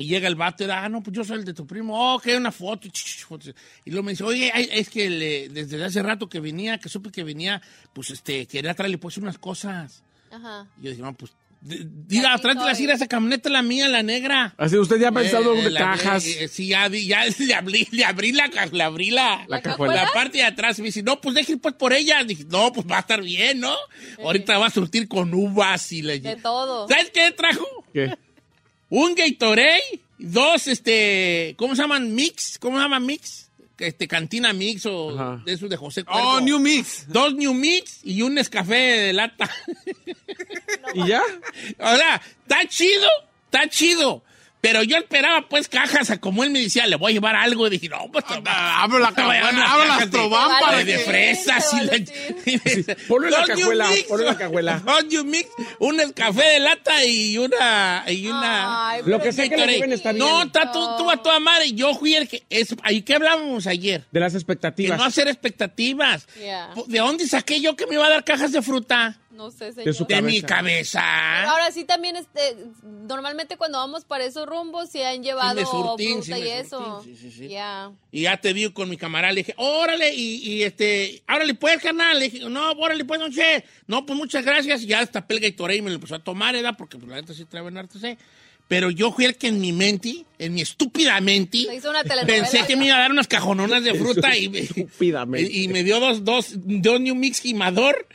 Y llega el vato y da, ah, no, pues yo soy el de tu primo. Oh, que hay una foto. Ch, ch, ch, foto. Y luego me dice, oye, ay, es que le- desde hace rato que venía, que supe que venía, pues este, quería traerle pues unas cosas.
Ajá.
Y yo dije, no, pues, d- diga,
Aquí
trátela así,
estoy.
esa camioneta, la mía, la negra.
Así usted ya ha pensado
Eh,
en
la-
cajas.
eh, eh, sí, ya, vi- ya le abrí, le abrí la, ca- le abrí la,
La cajuela.
la parte de atrás. Y me dice, no, pues deje ir pues por ella. Dije, no, pues va a estar bien, ¿no? Ahorita va a surtir con uvas y le
De todo.
¿Sabes qué trajo?
¿Qué?
Un Gatorade, dos, este, ¿cómo se llaman? Mix, ¿cómo se llama Mix? Este, Cantina Mix o
Ajá.
de esos de José Cuervo.
Oh, New Mix.
Dos New Mix y un Nescafé de lata.
¿Y ya?
Ahora, está chido, está chido. Pero yo esperaba, pues, cajas, a como él me decía, le voy a llevar algo. Y dije, no, pues, abro la
cajuela, abro las trobampara,
De
¿qué?
fresas y la...
Ponlo en la
Don't you
cajuela,
mix-
ponlo en la cajuela.
don't you mix un café de lata y una... Y una
Ay, Lo que pero sea que le
Gatorade.
lleven está bien.
No, está tú, tú a toda madre. Yo fui el que... Es, ¿Ahí qué hablábamos ayer?
De las
Que
expectativas.
no hacer expectativas.
Yeah.
¿De dónde saqué yo que me iba a dar cajas de fruta?
No sé, señor.
De mi cabeza.
Ahora sí también, este, normalmente cuando vamos para esos rumbos se han llevado
Sí me surtín, sí
fruta
me
y eso.
surtín,
Ya.
Y ya te vi con mi camarada, le dije, órale, y, y este, órale pues, carnal, le dije, no, órale pues, don Che, no, pues muchas gracias, y ya hasta pelga y toré y me lo empezó a tomar, ¿verdad? Porque pues, la gente sí trae en arte, sí. Pero yo fui el que en mi mente, en mi estúpida mente,
Se hizo una telenovela.
pensé que me iba a dar unas cajononas de fruta y me, y, y me dio dos, dos, dos New Mix Gimador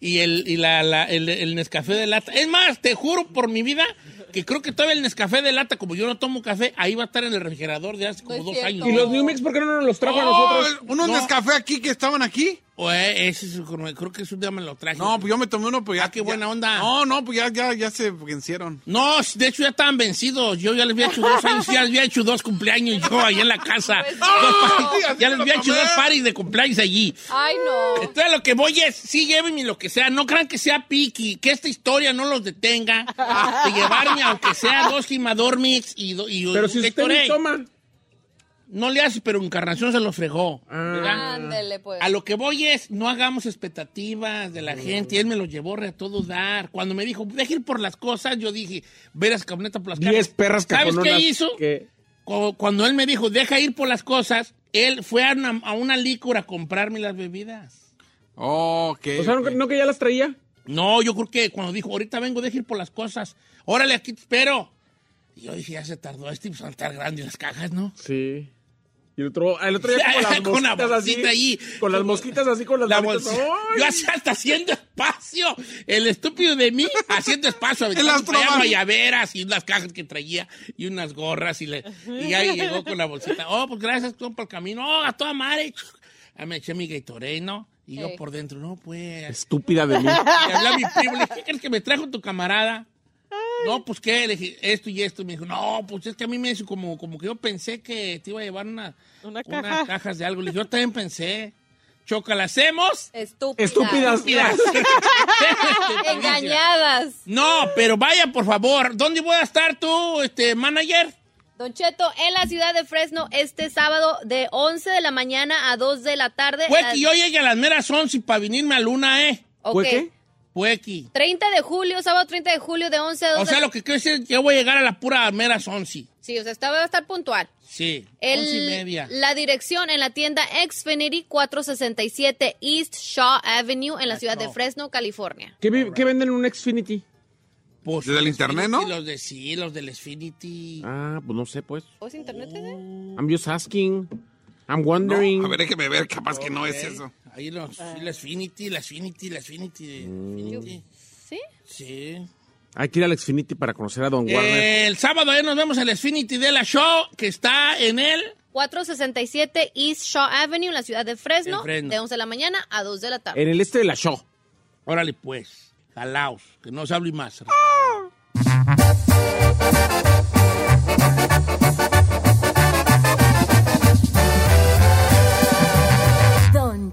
y, el, y la, la- el, el Nescafé de lata. Es más, te juro por mi vida que creo que todavía el Nescafé de lata, como yo no tomo café, ahí va a estar en el refrigerador de hace como
es
dos
cierto.
años.
¿Y los New Mix por qué no nos los trajo a
Oh,
nosotros?
¿Unos
No.
Nescafé aquí que estaban aquí?
Oye, eh, ese es, creo que eso día me lo traje.
No, pues yo me tomé uno, pues ya.
Ah, qué
ya-
buena onda.
No, no, pues ya, ya, ya se vencieron.
No, de hecho ya estaban vencidos. Yo ya les había hecho dos años, ya les había hecho dos cumpleaños yo ahí en la casa. Dos parties. ya les había hecho dos paris de cumpleaños allí.
Ay, no.
Entonces lo que voy es, sí llévenme lo que sea, no crean que sea piqui, que esta historia no los detenga de llevarme aunque sea dos gimador mix y, do- y
Pero
un
si usted
Gatorade.
ni toma.
No le hace, pero encarnación se lo fregó.
Ah.
¿verdad?
Ándele, pues.
A lo que voy es, no hagamos expectativas de la gente. Él me lo llevó re a todo dar. Cuando me dijo, deja ir por las cosas, yo dije, verás camioneta por las
Diez
cajas".
perras
¿Sabes qué
cajononas
hizo?
que-
Cu- Cuando él me dijo, deja ir por las cosas, él fue a una, a una licor a comprarme las bebidas.
Ok.
O sea, ¿no, no que ya las traía?
No, yo creo que cuando dijo, ahorita vengo, deja ir por las cosas. Órale, aquí te espero. Y yo dije, ya se tardó este, pues van a estar grandes las cajas, ¿no?
Sí. Y el otro, el otro día
Con
con
la
las mosquitas así.
bolsita ahí.
Con las mosquitas así, con las
La
manitas.
bolsa-
¡Ay!
Yo así hasta haciendo espacio. El estúpido de mí haciendo espacio.
las
aventando para allá
tromas.
guayaberas y unas cajas que traía y unas gorras. Y, le, y ahí llegó con la bolsita. Oh, pues gracias, tú por el camino. Oh, a toda madre. Ah, me eché mi Gatorade, ¿no? Y yo
Ey.
por dentro, no, pues.
Estúpida de mí.
Y hablé a mi primo, le dije, ¿qué crees que me trajo tu camarada? No, pues qué, le dije, esto y esto. Y me dijo, no, pues es que a mí me hizo como, como que yo pensé que te iba a llevar una,
Una
unas
caja.
cajas de algo. Le dije, yo también pensé. Choca, ¿la hacemos?
Estúpidas.
Estúpidas.
Mira.
Engañadas.
No, pero vaya, por favor. ¿Dónde voy a estar tú, este, manager?
Don Cheto, en la ciudad de Fresno, este sábado de 11 de la mañana a 2 de la tarde.
Puequi,
Ah,
yo llegué a las meras 11 para venirme a Luna, ¿eh?
ok.
¿Fue qué?
Puequi.
30 de julio, sábado 30 de julio de 11 a 2
O
de
sea,
la-
lo que quiero decir es que yo voy a llegar a la pura meras 11.
Sí, o sea, esta va a estar puntual.
Sí,
El-
11 y media.
La dirección en la tienda Xfinity 467 East Shaw Avenue en la ciudad de Fresno, California.
¿Qué, vi- qué venden en un Xfinity?
Pues,
Desde el internet, ¿no?
Xfinity, Los de sí, los del Xfinity.
Ah, pues no sé, pues.
¿O es internet? ese?
I'm just asking. I'm
No,
wondering.
a ver, déjeme ver, capaz que no es
Ok.
eso.
Ahí los, sí, la Xfinity, la Xfinity, la Xfinity. de- Xfinity.
¿Sí?
Sí.
Hay que ir al Xfinity para conocer a Don
Eh.
Warner.
El sábado ahí nos vemos en el Xfinity de la Show, que está en el...
467 East Shaw Avenue en la ciudad de Fresno,
En Fresno. Eh,
de 11 de la mañana a 2 de la tarde.
En el este de la show.
Órale, pues. Jalaos, que no se hable más.
Don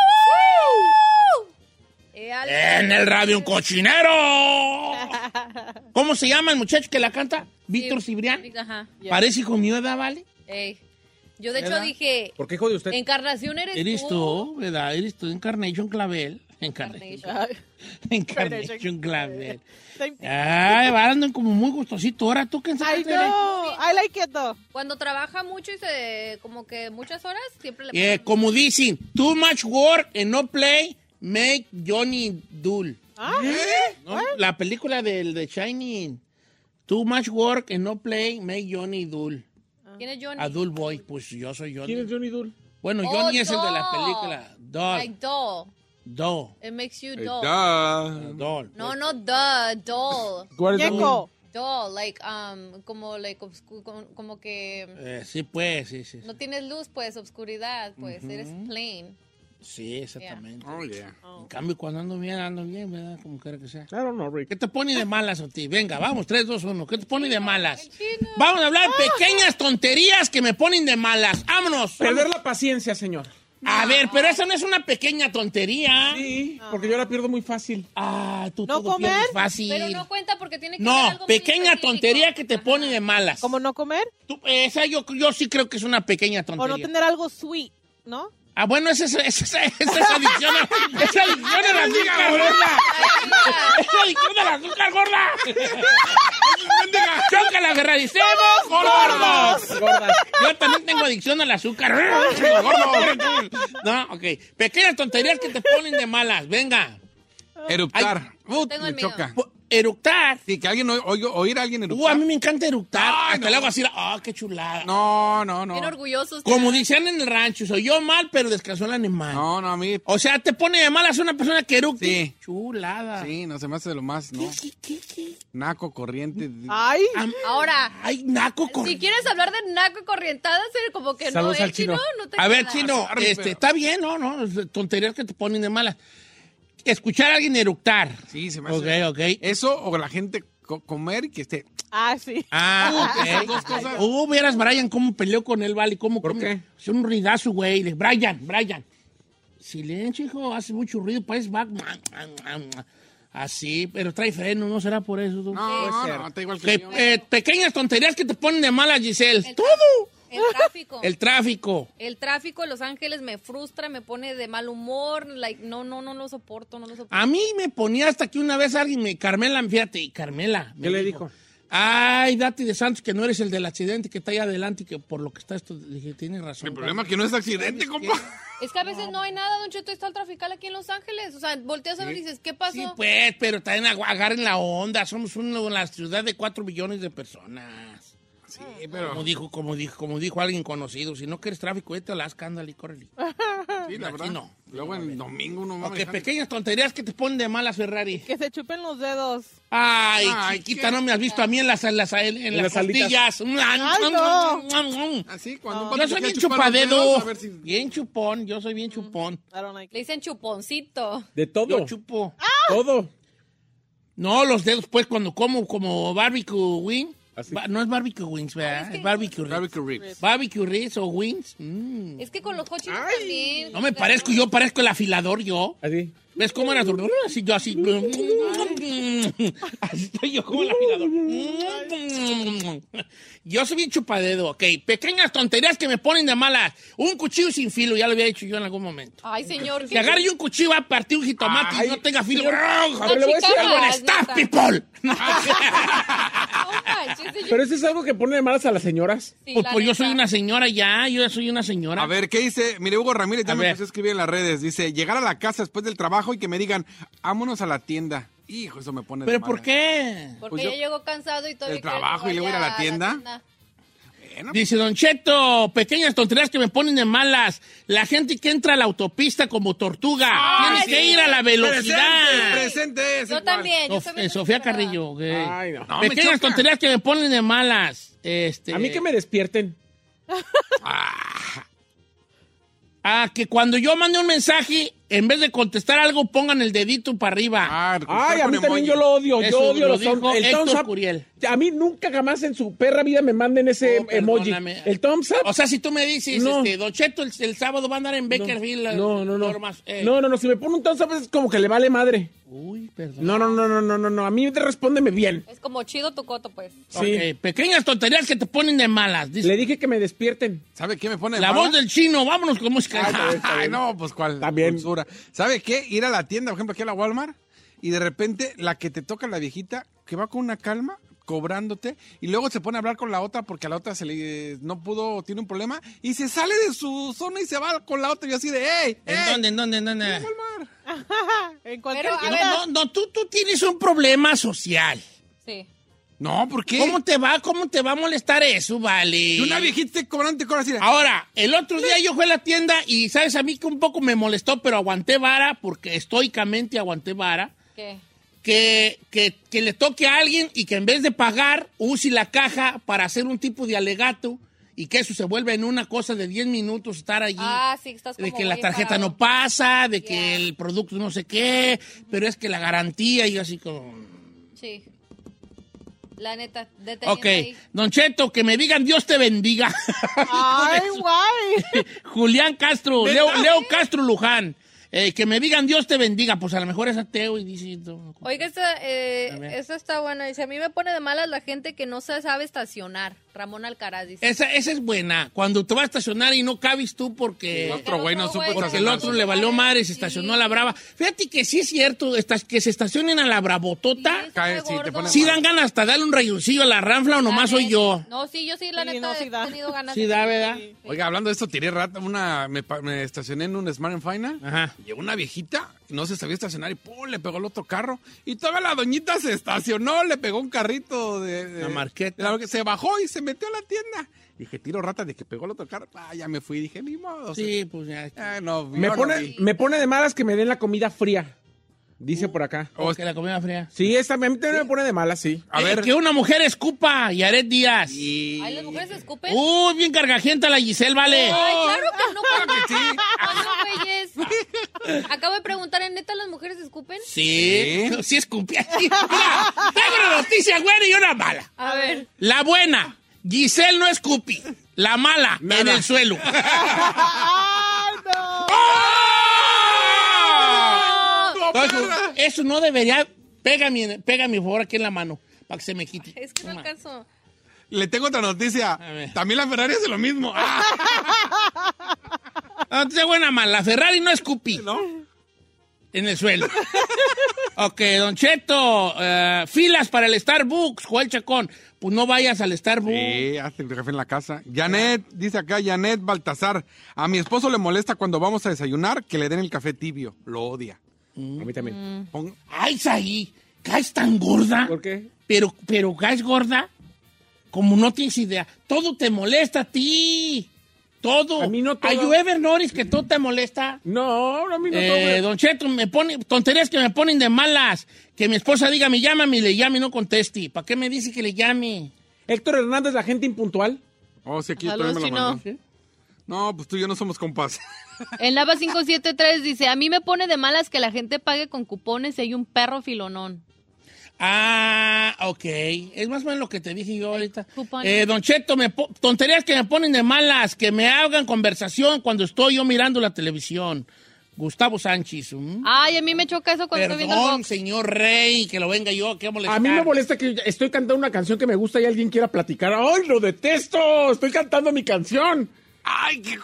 Eh,
En el radio un cochinero. ¿Cómo se llama el muchacho que la canta? Víctor Cibrián.
Ajá.
Parece hijo mío, ¿verdad, ¿vale?
Ey. Yo de hecho
¿Verdad?
dije,
¿Por qué hijo de usted?
encarnación eres,
Eres tú, ¿verdad? Eres tú, Encarnation Clavel. Encarnation, Encarnation Clavel. Ay, va andando como muy gustosito. Ahora tú que
Ay,
no, I like it though.
Cuando trabaja mucho y se como que muchas horas, siempre le
Eh, como dicen, too much work and no play make Johnny dull.
Ah, ¿eh?
No, La película del de Shining. Too much work and no play make Johnny dull.
¿Quién es Johnny?
A dull boy, pues yo soy Johnny.
¿Quién es
Johnny Dull?
Bueno,
Oh,
Johnny es el de la
doll.
película. Doll.
Like doll.
doll.
It makes you
Eh,
doll.
Ah.
Doll.
No, no, duh, doll.
¿Cuál es Ñeco.
Doll, like, um, como, like, obscu- como- como que
Eh, sí, pues, sí, sí.
no tienes luz, pues, obscuridad, pues,
Ujú.
eres plain.
Sí, exactamente.
Oh, yeah.
En cambio, cuando ando bien, ando bien, ¿verdad? Como quiera que sea.
Claro, no, Rick.
¿Qué te pone de malas a ti? Venga, vamos, 3, 2, 1. ¿Qué te pone de malas? Vamos a hablar de pequeñas tonterías que me ponen de malas. ¡Vámonos!
Perder la paciencia, señor.
A ver, pero esa no es una pequeña tontería.
Sí, porque yo la pierdo muy fácil.
Ah, tú ¿No todo comer? pierdes fácil.
Pero no cuenta porque tiene que ser
No,
algo muy
pequeña
específico.
tontería que te pone de malas. ¿Cómo no comer? esa yo, yo sí creo que es una pequeña
O
tontería.
no tener algo sweet, ¿no?
Ah, bueno, esa es, esa es, esa es adicción. a- esa adicción al azúcar,
Ay,
gorda.
mira.
Esa adicción al azúcar, gorda. ¡Chócala, agarradicemos, gordos!
Gordas.
Yo también tengo adicción al azúcar. No, ok. Pequeñas tonterías que te ponen de malas. Venga.
Eruptar.
Ay,
Tengo el me miedo. choca.
¿Eructar?
Sí, que alguien oiga- oír, a alguien eructar.
Uh, a mí me encanta eructar. Hasta le hago así, ah, qué chulada.
No, no,
Bien
no.
orgullosos.
Como dicen en el rancho, soy yo mal, pero descansó el animal.
No, no, a mí.
O sea, te pone de malas una persona que eructa.
Sí.
Chulada.
Sí, no se me hace de lo más, ¿no? Naco corriente.
Ay.
Ahora,
Ay, naco
si quieres hablar de naco corrientada, ser como que
Saludos
no,
al
el chino.
chino.
no te
A ver,
queda.
chino, este, está bien, no, no, tonterías que te ponen de malas. Escuchar a alguien eructar.
Sí, se me
hace. Ok, ok.
Eso o la gente co- comer y que esté.
Ah, sí.
Ah,
Uh, esas
ok.
dos cosas.
Uh, vieras Brian cómo peleó con él, ¿vale? ¿Cómo, ¿Por qué? un ruidazo, güey. Le- Brian, Brian. Silencio, hijo, hace mucho ruido, pues va. Así, pero trae freno, ¿no será por eso? tú?
No, Puede ser. no, está igual que
Pe-
yo.
eh, Pequeñas tonterías que te ponen de malas, Giselle. Todo.
El tráfico.
El tráfico.
El tráfico de Los Ángeles me frustra, me pone de mal humor, like, no, no, no lo soporto, no lo soporto.
A mí me ponía hasta que una vez alguien me, Carmela, fíjate, Carmela. me
¿Qué le
dijo? Ay, date de Santos que no eres el del accidente que está ahí adelante y que por lo que está esto, dije, tienes razón. El
problema es que no es accidente, compa.
Es que a veces no hay nada, Don Cheto, está el trafical aquí en Los Ángeles. O sea, volteas a ver y dices, ¿qué pasó?
Sí, pues, pero también agu- agarren la onda. Somos una, la ciudad de cuatro millones de personas. Sí,
pero-
Como dijo, como dijo, como dijo alguien conocido, si no quieres tráfico, vete a Alaska, ándale, córrele.
Sí, la
Aquí
verdad.
no.
Luego el domingo no
Porque pequeñas tonterías que te ponen de malas, Ferrari.
Que se chupen los dedos.
Ay,
Ay,
chiquita,
qué-
no me has visto a mí en las, en las, en, en
En
las,
las alitas.
costillas. Mm, ah, Ay,
Así,
cuando
un
mm, Yo
pato
soy
se
bien
quiere chupar los
chupadedo.
dedos, a ver si-
Bien chupón, yo soy bien chupón.
Le dicen chuponcito.
De todo.
Yo chupo.
Todo.
No, los dedos, pues, cuando como como barbecue wing. Ba- no es barbecue wings, ¿verdad?
es
es,
que-
barbecue ribs. Barbecue
ribs.
o wings. mm.
Es que con los cochinos también.
No me parezco, yo parezco el afilador, yo.
Así.
¿Ves cómo era? Así, yo así. Así estoy yo como el afilador. Yo soy bien chupadedo, ok. Pequeñas tonterías que me ponen de malas. Un cuchillo sin filo, ya lo había dicho yo en algún momento.
Ay, señor.
Que agarre yo un cuchillo va a partir un jitomate y no tenga filo.
pero le voy a decir algo. Ah,
Con staff, people.
Pero eso es algo que pone de malas a las señoras.
pues, pues yo soy una señora ya, yo ya soy una señora.
A ver, ¿qué dice? Mire, Hugo Ramírez ya me empezó a escribir en las redes. Dice, llegar a la casa después del trabajo y que me digan, vámonos a la tienda. Hijo, eso me pone de
¿Pero por
malas.
qué?
Porque
Pues
yo,
yo-
llego cansado y todavía.
El
quiero que
trabajo y luego ir a
vaya
la tienda.
Dice Don Cheto, pequeñas tonterías que me ponen de malas. La gente que entra a la autopista como tortuga. Tienes
sí.
que ir a la velocidad.
Presente, presente. es igual.
Sof- eh, Sofía Carrillo, ok.
Ay, no. No, me
Pequeñas
choca.
tonterías que me ponen de malas. Este...
A mí que me despierten.
Ah, que cuando yo mande un mensaje, en vez de contestar algo, pongan el dedito para arriba.
Ah,
Ah,
Ay, a mí también yo lo odio.
Eso
yo odio
lo
los thumb-
dijo
el
Héctor
thumbs up.
Curiel. Oh,
A mí nunca jamás en su perra vida me manden ese emoji.
perdóname.
El thumbs up.
O sea, si tú me dices,
No.
este, Don Cheto, el, el sábado va a andar en Beckerfield. eh,
No, no, no.
normas, eh.
No, no, no. Si me pone un thumbs up es como que le vale madre.
Uy, perdón.
No, no, no, no, no, no. no. A mí te respóndeme bien.
Es como chido tu coto, pues.
Sí.
Ok, pequeñas tonterías que te ponen de malas. Le
dije que me despierten.
¿Sabe qué me pone de
La
malas? Ah,
voz del chino, vámonos con música.
Ay, no, pues cuál. También. ¿Sabe qué? Ir a la tienda, por ejemplo, aquí a la Walmart, y de repente la que te toca la viejita, que va con una calma cobrándote y luego se pone a hablar con la otra porque a la otra se le no pudo, tiene un problema y se sale de su zona y se va con la otra y yo así de, ¡ey!
¿En dónde, en dónde, en dónde?
en
Pues
cualquier
No, no, no, tú, tú tienes un problema social.
Sí.
No, ¿por qué?
¿Cómo te va? ¿Cómo te va a molestar eso, vale? Y
una viejita cobrante con así.
Ahora, el otro día yo fui a la tienda y sabes a mí que un poco me molestó, pero aguanté vara, porque estoicamente aguanté vara,
¿Qué?
que, que, que le toque a alguien y que en vez de pagar, use la caja para hacer un tipo de alegato y que eso se vuelva en una cosa de 10 minutos estar allí.
Ah, sí, estás como
de que la
muy
tarjeta
parado.
no pasa, de que el producto no sé qué, pero es que la garantía y yo así como...
Sí. La neta, deteniendo
Ok,
ahí.
Don Cheto, que me digan Dios te bendiga.
Ay, guay.
Julián Castro, Leo,
¿Neta?
Leo Castro Luján. Eh, que me digan Dios te bendiga. Pues a lo mejor es ateo y dice. no,
Oiga, esta, eh,
A ver.
esta está buena. Dice, a mí me pone de malas la gente que no se sabe estacionar. Ramón Alcaraz dice.
Esa, esa es buena. Cuando te vas a estacionar y no cabes tú porque.
El otro güey no supo
Porque el
estacionarse.
otro le valió madre, se estacionó a la brava. Fíjate que sí es cierto, estas- que se estacionen a la bravotota.
Cae, sí, te pone
Sí
mal.
dan ganas hasta darle un rayoncillo a la ranfla o nomás soy yo.
No, sí, yo sí, la neta, he tenido ganas.
Sí
de-
da, ¿verdad?
Oiga, hablando de esto, tiré rata, una, me, pa- me estacioné en un Smart and Final. Llegó una viejita, no se sabía estacionar y ¡pum! le pegó el otro carro. Y todavía la doñita se estacionó, le pegó un carrito de... de-
La marqueta.
de la marqueta. se bajó y se metió a la tienda. Dije, tiro rata de que pegó el otro carro. Ah, ya me fui, dije, ni modo.
Sí, pues ya.
Ah, no,
Me
yo no
pone,
vi.
me pone de malas que me den la comida fría. Dice por acá.
O que la comida fría.
Sí, esta, a mí también me pone de malas, sí.
Eh, Que una mujer escupa, Yaret Díaz.
Ay, las mujeres escupen.
¡Uh!
Uy, bien cargajienta la Giselle, vale.
Ay, claro que no. Claro que sí. güeyes. Acabo de preguntar, ¿en neta las mujeres escupen?
Sí, sí, escupí. aquí. Mira, tengo una noticia buena y una mala.
A ver.
La buena, Giselle no escupí. La mala, en el suelo. ¡Ah! Entonces, Eso no debería. Pégame, pégame, por favor, aquí en la mano, para que se me quite.
Es que no alcanzo.
Le tengo otra noticia. También la Ferrari hace lo mismo. Ah,
No, Ah, entonces, buena mala. Ferrari no escupí. En el suelo. ok, Don Cheto. eh, filas para el Starbucks, Joel Chacón. Pues no vayas al Starbucks.
Sí, hace el café en la casa. Janet, dice acá, Janet Baltasar. A mi esposo le molesta cuando vamos a desayunar que le den el café tibio. Lo odia.
A mí
Mm.
también.
Pon-
Ay, Saí, caes tan gorda. ¿Por qué? Pero, pero caes gorda como no tienes idea. Todo te molesta a ti. Todo. A mí no todo. you ever notice que todo te molesta?
No, a mí
no todo. Don Cheto, me pone, tonterías que me ponen de malas. Que mi esposa diga, me llámame y le llame y no conteste. ¿Para qué me dice que le llame?
Héctor Hernández, la gente impuntual.
Oh, sí, aquí
Saludos,
también me
chino.
lo mandó. No, pues tú y yo no somos compas.
El Nava 573 dice, a mí me pone de malas que la gente pague con cupones si hay un perro filonón.
Ah, ok. Es más o menos lo que te dije yo ahorita. Eh, don Cheto, me po- tonterías que me ponen de malas, que me hagan conversación cuando estoy yo mirando la televisión. Gustavo Sánchez. ¿m?
Ay, a mí me choca eso cuando estoy viendo el
Perdón,
box.
señor Rey, que lo venga yo, que molestar.
A mí me molesta que estoy cantando una canción que me gusta y alguien quiera platicar. ¡Ay, lo detesto! Oh, Estoy cantando mi canción.
¡Ay, qué...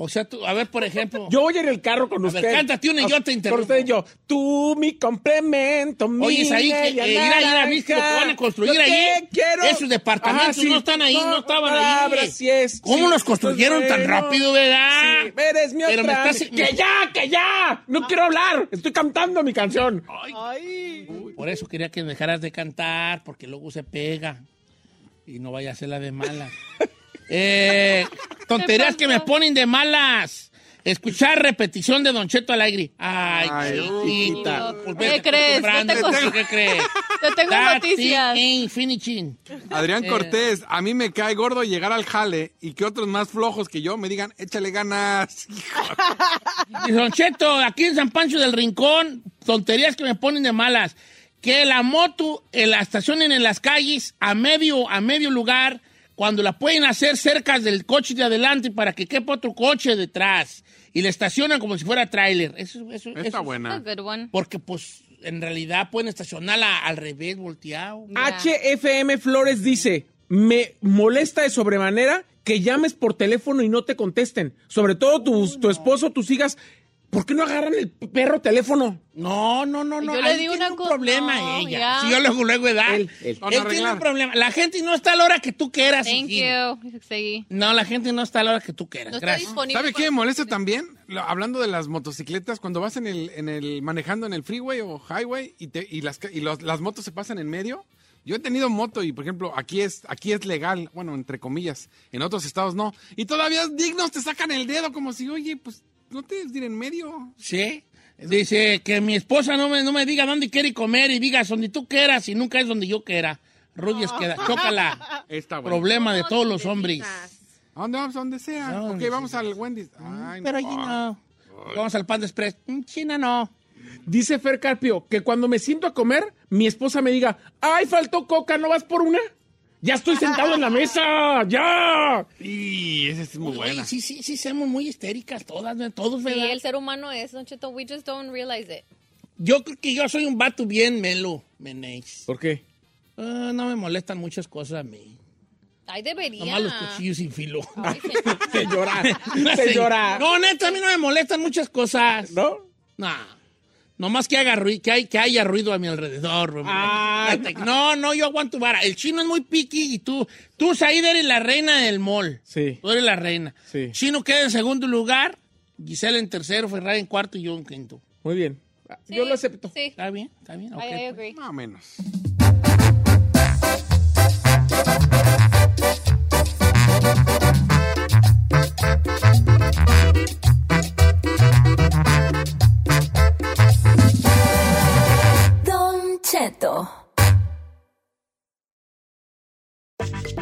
O sea, tú, a ver, por ejemplo.
Yo voy en el carro con
A
usted.
ver, cántate una y yo te interrumpo.
Con usted y yo. Tú, mi complemento, mi
Oye, es ahí que
media
eh, ir ahí,
naranja.
¿viste lo que van a construir
Yo
ahí?
te quiero.
Esos departamentos
Ajá, sí.
no están ahí, no estaban
Palabras,
ahí.
sí es,
¿Cómo
sí. pues
los construyeron tan
Bueno,
rápido, verdad?
sí, eres mi
Pero me
otra- Ah.
estás-
¡Que ya, que ya! No quiero hablar. Estoy cantando mi canción.
Por eso quería que dejaras de cantar, porque luego se pega. Y no vaya a ser la de malas. Eh, tonterías que me ponen de malas. Escuchar repetición de Don Cheto al aire. Ay, chiquita. Pues
¿Qué
vete
crees?
acostumbrando,
Yo tengo-
¿Qué crees?
Yo tengo
That
noticias.
thing ain't finishing.
Adrián
Eh,
Cortés, a mí me cae gordo llegar al jale y que otros más flojos que yo me digan, échale ganas.
Dice, Don Cheto, aquí en San Pancho del Rincón, tonterías que me ponen de malas. Que la moto eh, la estacionen en las calles a medio, a medio lugar, cuando la pueden hacer cerca del coche de adelante para que quepa otro coche detrás. Y la estacionan como si fuera tráiler. Eso, eso, eso-
That's a good one.
Porque, pues, en realidad pueden estacionarla al revés, volteado.
HFM Flores dice, me molesta de sobremanera que llames por teléfono y no te contesten. Sobre todo tus- tu esposo, tus hijas. ¿Por qué no agarran el perro teléfono?
No, no, no, no.
Yo le
ahí
digo
tiene
una
un
cosa.
problema
No,
ella.
ya.
Si yo luego, luego edad. Él,
Van a
tiene
arreglar.
un problema. La gente no está a la hora que tú quieras.
Thank
Gil.
you. Seguí.
No, la gente no está a la hora que tú quieras.
No está
Gracias.
disponible.
¿Sabe qué me molesta también? Lo- hablando de las motocicletas, cuando vas en el, en el manejando en el freeway o highway y, te- y las, ca- y los- las motos se pasan en medio. Yo he tenido moto y, por ejemplo, aquí es, aquí es legal, bueno, entre comillas, en otros estados no. Y todavía dignos te sacan el dedo como si, oye, pues no te des en medio.
Sí. Dice que mi esposa no me, no me diga dónde quiere comer y digas donde tú quieras y nunca es donde yo quiera. Rubies queda. Chócala.
Está bueno.
Problema de todos los hombres.
¿A dónde vamos? ¿A dónde sea?
No,
ok,
no Mm,
vamos al Wendy's. Ay,
Pero allí no. Vamos al Panda Express. Mm, China no.
Dice Fer Carpio que cuando me siento a comer, mi esposa me diga, ay, faltó coca, ¿no vas por una? Ya estoy sentado en la mesa, ya.
Y esa es muy buena.
Oye, sí, sí, sí, somos muy histéricas todas, ¿no? todos,
Sí,
¿verdad?
el ser humano es, Don Cheto. We just don't realize it.
Yo creo que yo soy un vato bien melo, menéis.
¿Por qué?
Ah, no me molestan muchas cosas a mí.
Ay, debería.
Nomás los cuchillos sin filo.
Ah.
Señora,
señora. No, neta, a mí no me molestan muchas cosas.
¿No?
No. Nomás que haga ruido, que, hay, que haya ruido a mi alrededor. hombre. Fíjate, No, no, yo aguanto vara. El chino es muy piqui y tú, tú, Said, eres la reina del mall.
Sí.
Tú eres la reina.
Sí.
Chino queda en segundo lugar, Gisela en tercero, Ferrari en cuarto y yo en quinto.
Muy bien. Yo lo acepto.
Sí.
¿Está bien? ¿Está bien? Ok,
I
pues.
agree.
Más o menos.
Don Cheto.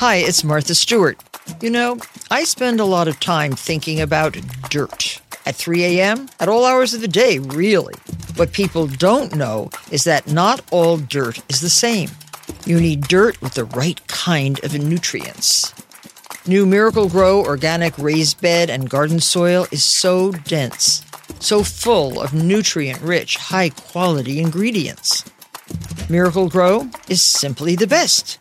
Hi, it's Martha Stewart. You know, I spend a lot of time thinking about dirt at 3 a.m., at all hours of the day, really. What people don't know is that not all dirt is the same. You need dirt with the right kind of nutrients. New Miracle Grow organic raised bed and garden soil is so dense, so full of nutrient rich, high quality ingredients. Miracle Grow is simply the best.